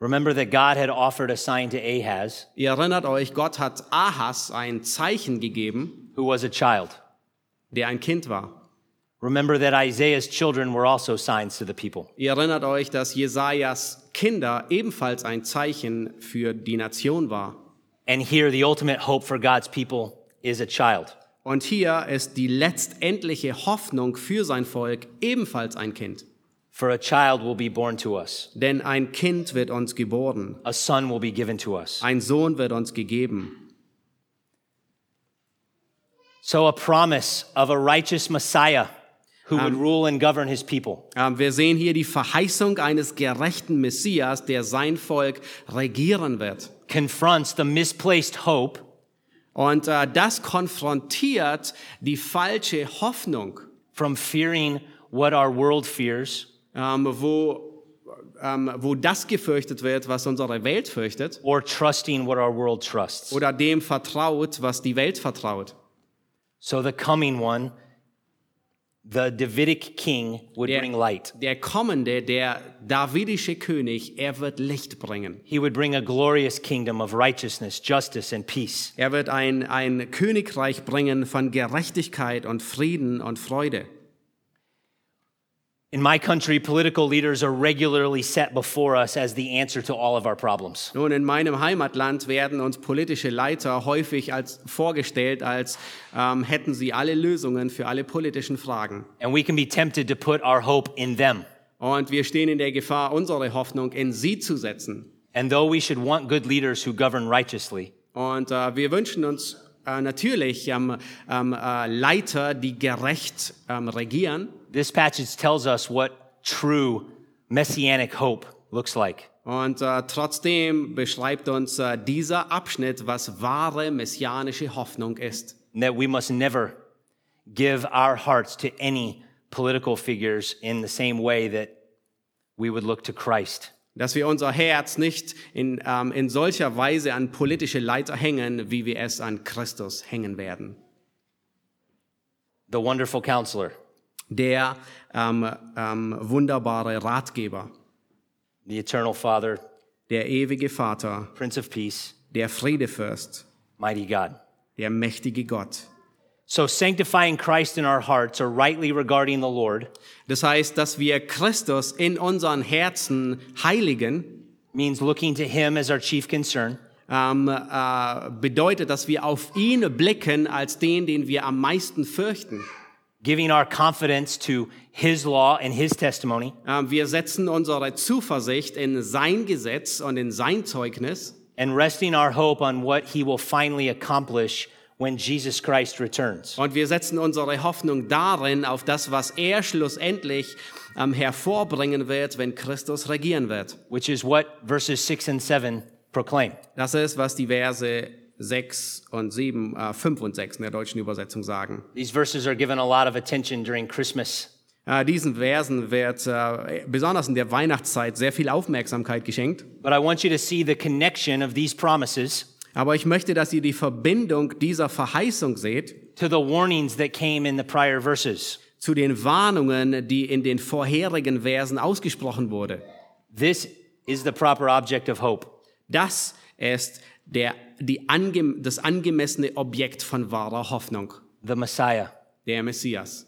Remember that God had offered a sign to Ahaz, Ihr erinnert euch, Gott hat Ahas ein Zeichen gegeben, who was a child. der ein Kind war. Remember that Isaiah's children were also signs to the people. Ihr erinnert euch, dass Jesajas Kinder ebenfalls ein Zeichen für die Nation war. And here, the ultimate hope for God's people is a child. Und hier ist die letztendliche Hoffnung für sein Volk ebenfalls ein Kind. For a child will be born to us, Denn ein Kind wird uns geboren, a son will be given to us. ein Sohn wird uns gegeben. So, a promise of a righteous Messiah who would rule and govern his people. Ähm, Wir sehen hier die Verheißung eines gerechten Messias, der sein Volk regieren wird. confronts the misplaced hope Und äh, das konfrontiert die falsche Hoffnung, from fearing what our world fears ähm, wo, ähm, wo das gefürchtet wird, was unsere Welt fürchtet, or trusting what our world trusts. oder dem vertraut, was die Welt vertraut. So the coming one, the Davidic king, would Yeah. bring light. Der kommende, der davidische König, er wird Licht bringen. He would bring a glorious kingdom of righteousness, justice, and peace. Er wird ein, ein Königreich bringen von Gerechtigkeit und Frieden und Freude. In my country, political leaders are regularly set before us as the answer to all of our problems. Nun, in meinem Heimatland werden uns politische Leiter häufig als vorgestellt, als ähm, hätten sie alle Lösungen für alle politischen Fragen. And we can be tempted to put our hope in them. Und wir stehen in der Gefahr, unsere Hoffnung in sie zu setzen. And though we should want good leaders who govern righteously, Und äh, wir wünschen uns äh, natürlich ähm, ähm, äh, Leiter, die gerecht ähm, regieren. This passage tells us what true messianic hope looks like. Und äh, trotzdem beschreibt uns äh, dieser Abschnitt, was wahre messianische Hoffnung ist. and That we must never give our hearts to any political figures in the same way that we would look to Christ. Dass wir unser Herz nicht in, ähm, in solcher Weise an politische Leiter hängen, wie wir es an Christus hängen werden. The wonderful counselor, Der ähm, ähm, wunderbare Ratgeber, the eternal Father, der ewige Vater, Prince of Peace, der Friedefürst, mighty God. der mächtige Gott. So, sanctifying Christ in our hearts or rightly regarding the Lord Das heißt, dass wir Christus in unseren Herzen heiligen, means looking to Him as our chief concern, ähm, äh, bedeutet, dass wir auf ihn blicken als den, den wir am meisten fürchten. giving our confidence to His law and His testimony, Ähm, wir setzen unsere Zuversicht in sein Gesetz und in sein Zeugnis and resting our hope on what he will finally accomplish when Jesus Christ returns. und wir setzen unsere Hoffnung darin, auf das, was er schlussendlich ähm, hervorbringen wird, wenn Christus regieren wird. Which is what verses six and seven proclaim. Das ist, was die Verse 6 und 7, äh, 5 und 6 in der deutschen Übersetzung sagen. These verses are given a lot of attention during Christmas. Äh, diesen Versen wird äh, besonders in der Weihnachtszeit sehr viel Aufmerksamkeit geschenkt. But I want you to see the connection of these promises Aber ich möchte, dass ihr die Verbindung dieser Verheißung seht to the warnings that came in the prior verses. zu den Warnungen, die in den vorherigen Versen ausgesprochen wurde. This is the proper object of hope. Das ist der, die ange, das angemessene Objekt von wahrer Hoffnung, the Messiah, der Messias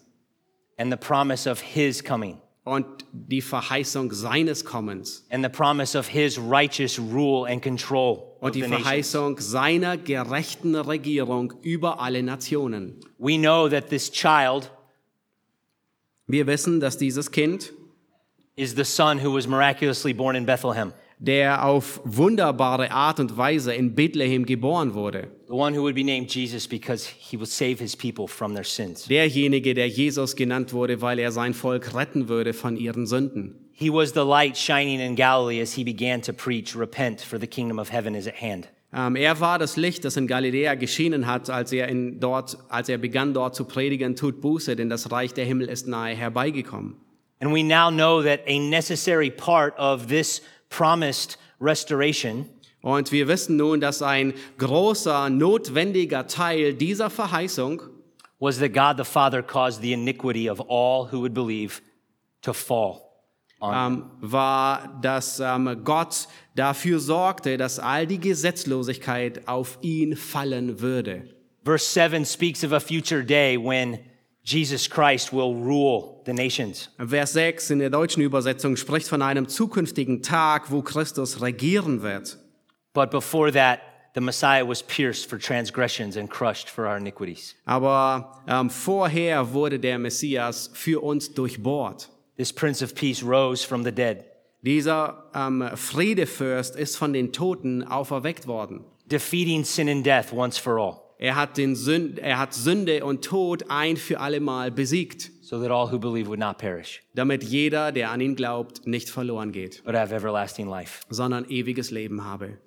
and the promise of his coming, und die Verheißung seines Kommens and the promise of his righteous rule and control. of und die the nations. Verheißung seiner gerechten Regierung über alle Nationen. We know that this child Wir wissen, dass dieses Kind, is the son who was miraculously born in Bethlehem, der auf wunderbare Art und Weise in Bethlehem geboren wurde, the one who would be named Jesus because he will save his people from their sins. derjenige, der Jesus genannt wurde, weil er sein Volk retten würde von ihren Sünden. He was the light shining in Galilee as he began to preach, Repent, for the kingdom of heaven is at hand. Ähm, er war das Licht, das in Galiläa geschienen hat, als er, in dort, als er begann dort zu predigen, tut Buße, denn das Reich der Himmel ist nahe herbeigekommen. And we now know that a necessary part of this promised restoration Und wir wissen nun, dass ein großer, notwendiger Teil dieser Verheißung was that God the Father caused the iniquity of all who would believe to fall. ähm, war, dass ähm, Gott dafür sorgte, dass all die Gesetzlosigkeit auf ihn fallen würde. Verse 7 speaks of a future day when Jesus Christ will rule the nations. Vers 6 in der deutschen Übersetzung spricht von einem zukünftigen Tag, wo Christus regieren wird. But before that, the Messiah was pierced for transgressions and crushed for our iniquities. Aber ähm, vorher wurde der Messias für uns durchbohrt. This Prince of Peace rose from the dead, Dieser ähm, Friedefürst ist von den Toten auferweckt worden. defeating sin and death once for all, Er hat, den Sünd, er hat Sünde und Tod ein für allemal besiegt, so that all who believe would not perish, damit jeder, der an ihn glaubt, nicht verloren geht, but have everlasting life. sondern ewiges Leben habe.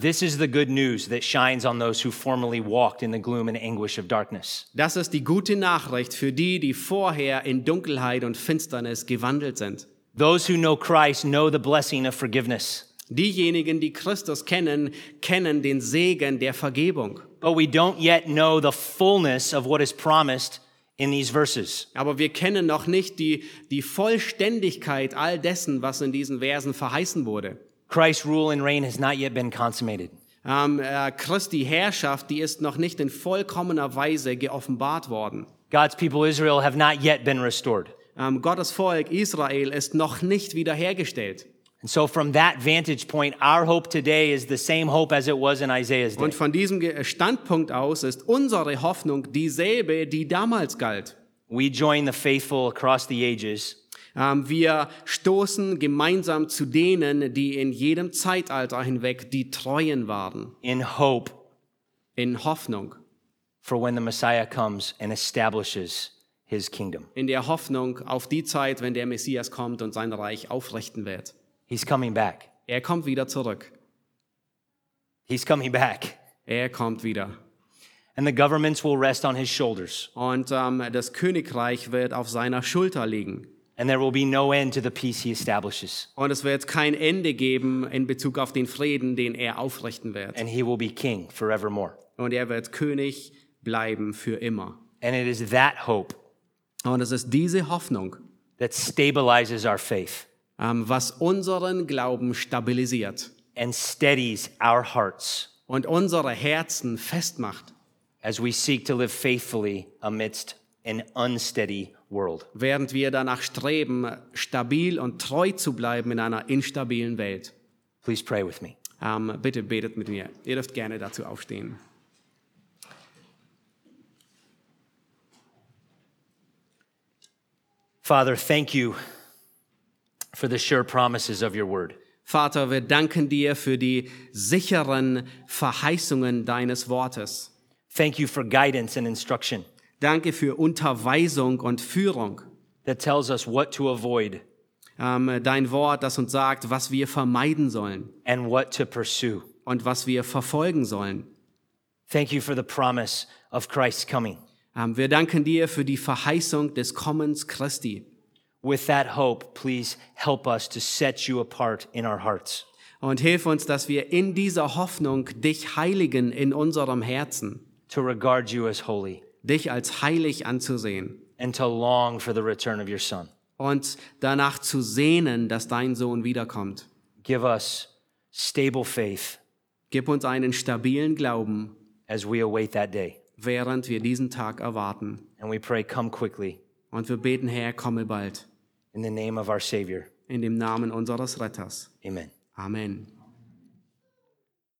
This is the good news that shines on those who formerly walked in the gloom and anguish of darkness. Das ist die gute Nachricht für die, die vorher in Dunkelheit und Finsternis gewandelt sind. Those who know Christ know the blessing of forgiveness, Diejenigen, die Christus kennen, kennen den Segen der Vergebung. but we don't yet know the fullness of what is promised in these verses. Aber wir kennen noch nicht die, die Vollständigkeit all dessen, was in diesen Versen verheißen wurde. Christ's rule and reign has not yet been consummated. Ähm, äh, Christi Herrschaft, die ist noch nicht in vollkommener Weise geoffenbart worden. God's people Israel have not yet been restored. Ähm, Gottes Volk Israel ist noch nicht wiederhergestellt. And so, from that vantage point, our hope today is the same hope as it was in Isaiah's day. Und von diesem Ge- Standpunkt aus ist unsere Hoffnung dieselbe, die damals galt. We join the faithful across the ages Ähm, wir stoßen gemeinsam zu denen, die in jedem Zeitalter hinweg die Treuen waren, in hope in Hoffnung, for when the Messiah comes and establishes his kingdom. in der Hoffnung auf die Zeit, wenn der Messias kommt und sein Reich aufrichten wird. He's coming back. Er kommt wieder zurück. He's coming back. Er kommt wieder. And the governments will rest on his shoulders, Und ähm, das Königreich wird auf seiner Schulter liegen. and there will be no end to the peace he establishes. Und es wird kein Ende geben in Bezug auf den Frieden, den er aufrichten wird. And he will be king forevermore. Und er wird König bleiben für immer. And it is that hope Und es ist diese Hoffnung, that stabilizes our faith ähm, was unseren Glauben stabilisiert and steadies our hearts und unsere Herzen festmacht, as we seek to live faithfully amidst an unsteady world. während wir danach streben, stabil und treu zu bleiben in einer instabilen Welt. Please pray with me. Ähm, bitte betet mit mir. Ihr dürft gerne dazu aufstehen. Father, thank you for the sure promises of your word. Vater, wir danken dir für die sicheren Verheißungen deines Wortes. Thank you for guidance and instruction Danke für Unterweisung und Führung. that tells us what to avoid Ähm, dein Wort, das uns sagt, was wir vermeiden sollen and what to pursue. und was wir verfolgen sollen. Thank you for the promise of Christ's coming. Ähm, wir danken dir für die Verheißung des Kommens Christi. With that hope, please help us to set you apart in our hearts. Und hilf uns, dass wir in dieser Hoffnung dich heiligen in unserem Herzen, to regard you as holy dich als heilig anzusehen and to long for the return of your Son. und danach zu sehnen, dass dein Sohn wiederkommt. Give us stable faith Gib uns einen stabilen Glauben, as we await that day. während wir diesen Tag erwarten. And we pray, come quickly Und wir beten, Herr, komme bald. in the name of our Savior. In dem Namen unseres Retters. Amen. Amen.